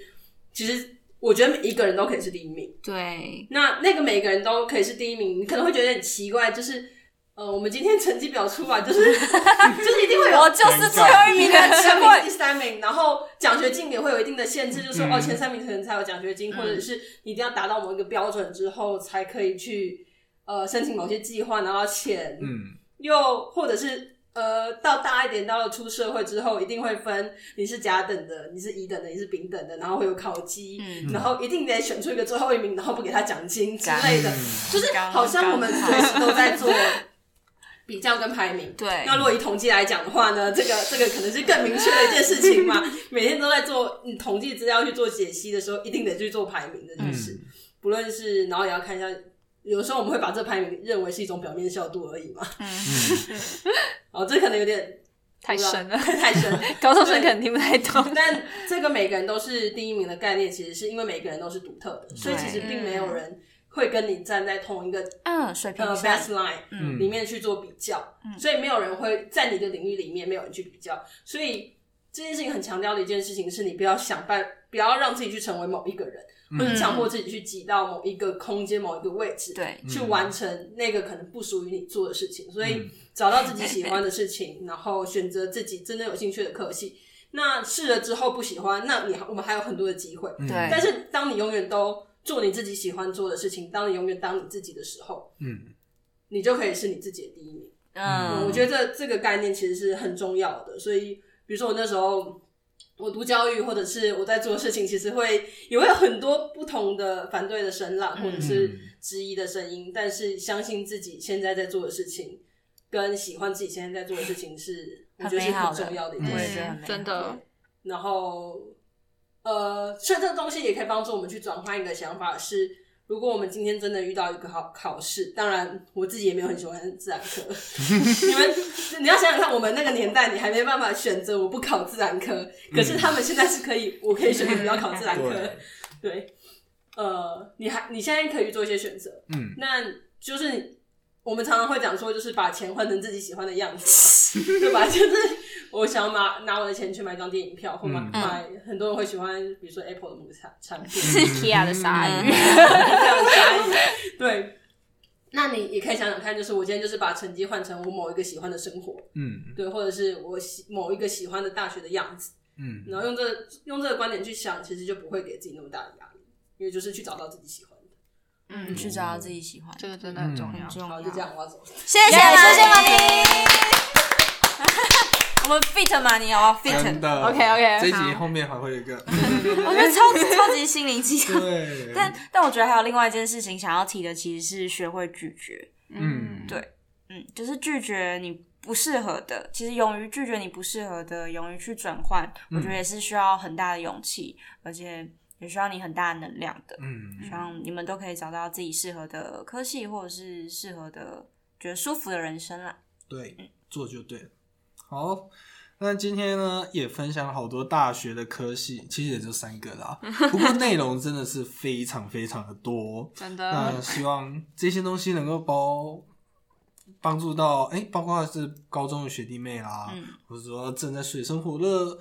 G: 其实我觉得每一个人都可以是第一名。
B: 对，
G: 那那个每个人都可以是第一名，你可能会觉得很奇怪，就是呃，我们今天成绩表出来，就是 就是一定会有
B: 我就是最后一名的
G: 第
B: 机
G: 二名、
B: 会。
G: 第三名，然后奖学金也会有一定的限制，就是说、
C: 嗯
G: 哦，前三名可能才有奖学金，或者是你一定要达到某一个标准之后才可以去呃申请某些计划拿到钱，
C: 嗯，
G: 又或者是呃，到大一点，到了出社会之后，一定会分你是甲等的，你是乙等的，你是丙等的，然后会有考绩，
B: 嗯
G: 然后一定得选出一个最后一名，然后不给他奖金之类的
C: 嗯，
G: 就是好像我们随时都在做比较跟排名。
B: 对
G: 那如果以统计来讲的话呢，这个这个可能是更明确的一件事情嘛。每天都在做你统计资料去做解析的时候，一定得去做排名的，件事。
C: 嗯
G: 不论是，然后也要看一下，有时候我们会把这排名认为是一种表面效度而已嘛。
C: 嗯
G: 哦，这可能有点
A: 太深了
G: 太深。
A: 高中生可能听不太懂。
I: 嗯
G: 但这个每个人都是第一名的概念，其实是因为每个人都是独特的，所以其实并没有人会跟你站在同一个
B: 嗯，水
G: 呃
B: 平线
G: baseline
C: 嗯
G: 里面去做比较，
B: 嗯
G: 所以没有人会在你的领域里面没有人去比较，所以这件事情很强调的一件事情是你不要想办，不要让自己去成为某一个人，
B: 嗯
C: 嗯
G: 或者强迫自己去挤到某一个空间、某一个位置，
B: 对，
G: 去完成那个可能不属于你做的事情。所
B: 嗯
G: 以找到自己喜欢的事情， 然后选择自己真正有兴趣的科系。那试了之后不喜欢，那你我们还有很多的机会。
C: 嗯
B: 对
G: 但是当你永远都做你自己喜欢做的事情，当你永远当你自己的时候，
C: 嗯，
G: 你就可以是你自己的第一名。
B: 嗯，
G: 嗯，我觉得这这个概念其实是很重要的。所以，比如说我那时候我读教育，或者是我在做事情，其实会也会有很多不同的反对的
B: 嗯
G: 声浪，或者是质疑的声音。但是，相信自己现在在做的事情，跟喜欢自己现在在做的事情是，我
B: 很
G: 觉得是
B: 美好
G: 很
B: 的
G: 重要的一
B: 我
G: 件
B: 也
G: 事
B: 觉。得很美好
I: 真的，
A: 嗯
G: 然后，呃，所以这个东西也可以帮助我们去转换一个想法是，如果我们今天真的遇到一个好考试，当然我自己也没有很喜欢自然科。你们，你要想想看，我们那个年代，你还没办法选择我不考自然科，可是他们现在是可以，我可以选择不要考自然科。
C: 对，
G: 对，呃，你还你现在可以做一些选择，
C: 嗯，
G: 那就是我们常常会讲说，就是把钱换成自己喜欢的样子嘛，对吧？ 就是我想要拿拿我的钱去买一张电影票，或买、
C: 嗯
G: 买很多人会喜欢，比如说 Apple 的某个产产 品，
A: 是 Kia 的鲨鱼，
G: 这样子。对，那你也可以想想看，就是我今天就是把成绩换成我某一个喜欢的生活，
C: 嗯
G: 对，或者是我喜某一个喜欢的大学的样子，
C: 嗯
G: 然后用这用这个观点去想，其实就不会给自己那么大的压力，因为就是去找到自己喜欢的。
B: 嗯，去找到自己喜欢，
I: 这个真的很重要
B: 很。重
G: 然
B: 要。
G: 嗯后就这样，我要走了。
B: 谢谢，谢谢马尼。 我们 fit 马尼哦
C: 真
B: ，fit，
C: 的
A: OK，OK，
C: 这一集后面还会有一个，
B: 我觉得超级超级心灵鸡汤。
C: 对，
B: 但但我觉得还有另外一件事情想要提的，其实是学会拒绝。
C: 嗯
B: 对嗯，就是拒绝你不适合的，其实勇于拒绝你不适合的，勇于去转换，我觉得也是需要很大的勇气，而且也需要你很大的能量的。
C: 嗯
B: 希望你们都可以找到自己适合的科系，或者是适合的觉得舒服的人生啦。
C: 对，做就对了。好，那今天呢也分享好多大学的科系，其实也就三个啦，不过内容真的是非常非常的多。哦
I: 真
C: 那
I: 的，
C: 希望这些东西能够包帮助到，哎、包括是高中的学弟妹啦，
B: 嗯
C: 或者说正在水深火热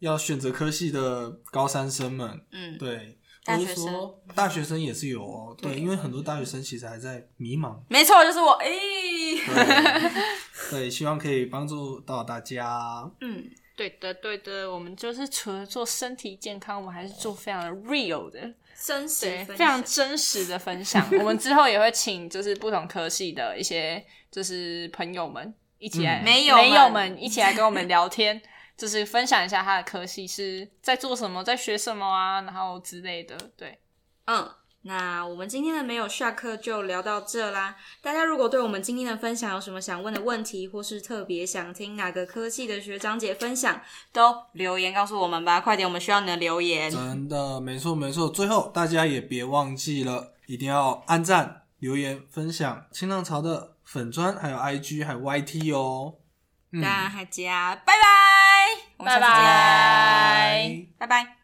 C: 要选择科系的高三生们，
B: 嗯，
C: 对，
B: 大
C: 或者
B: 学生
C: 说大学生也是有哦，对，因为很多大学生其实还在迷 茫。
B: 没错，就是我。哎、
C: 对，对，希望可以帮助到大家。
B: 嗯，
I: 对的，对的，我们就是除了做身体健康，我们还是做非常的 real 的，
B: 真
I: 对，非常真实的分 享。我们之后也会请就是不同科系的一些就是朋友们一起来，
C: 嗯
B: 没有
I: 没
B: 们
I: 有们一起来跟我们聊天， 就是分享一下他的科系是在做什么，在学什么啊，然后之类的。对，
B: 嗯，那我们今天的没有下课就聊到这啦。大家如果对我们今天的分享有什么想问的问题，或是特别想听哪个科系的学长姐分享，都留言告诉我们吧。快点，我们需要你的留 言。
C: 真的，没错没错。最后大家也别忘记了，一定要按赞、留言、分享新浪潮的粉砖，还有 IG，还有 YT 哦。嗯，
B: 啊大家拜拜，我们下次见，拜
C: 拜。
B: 拜。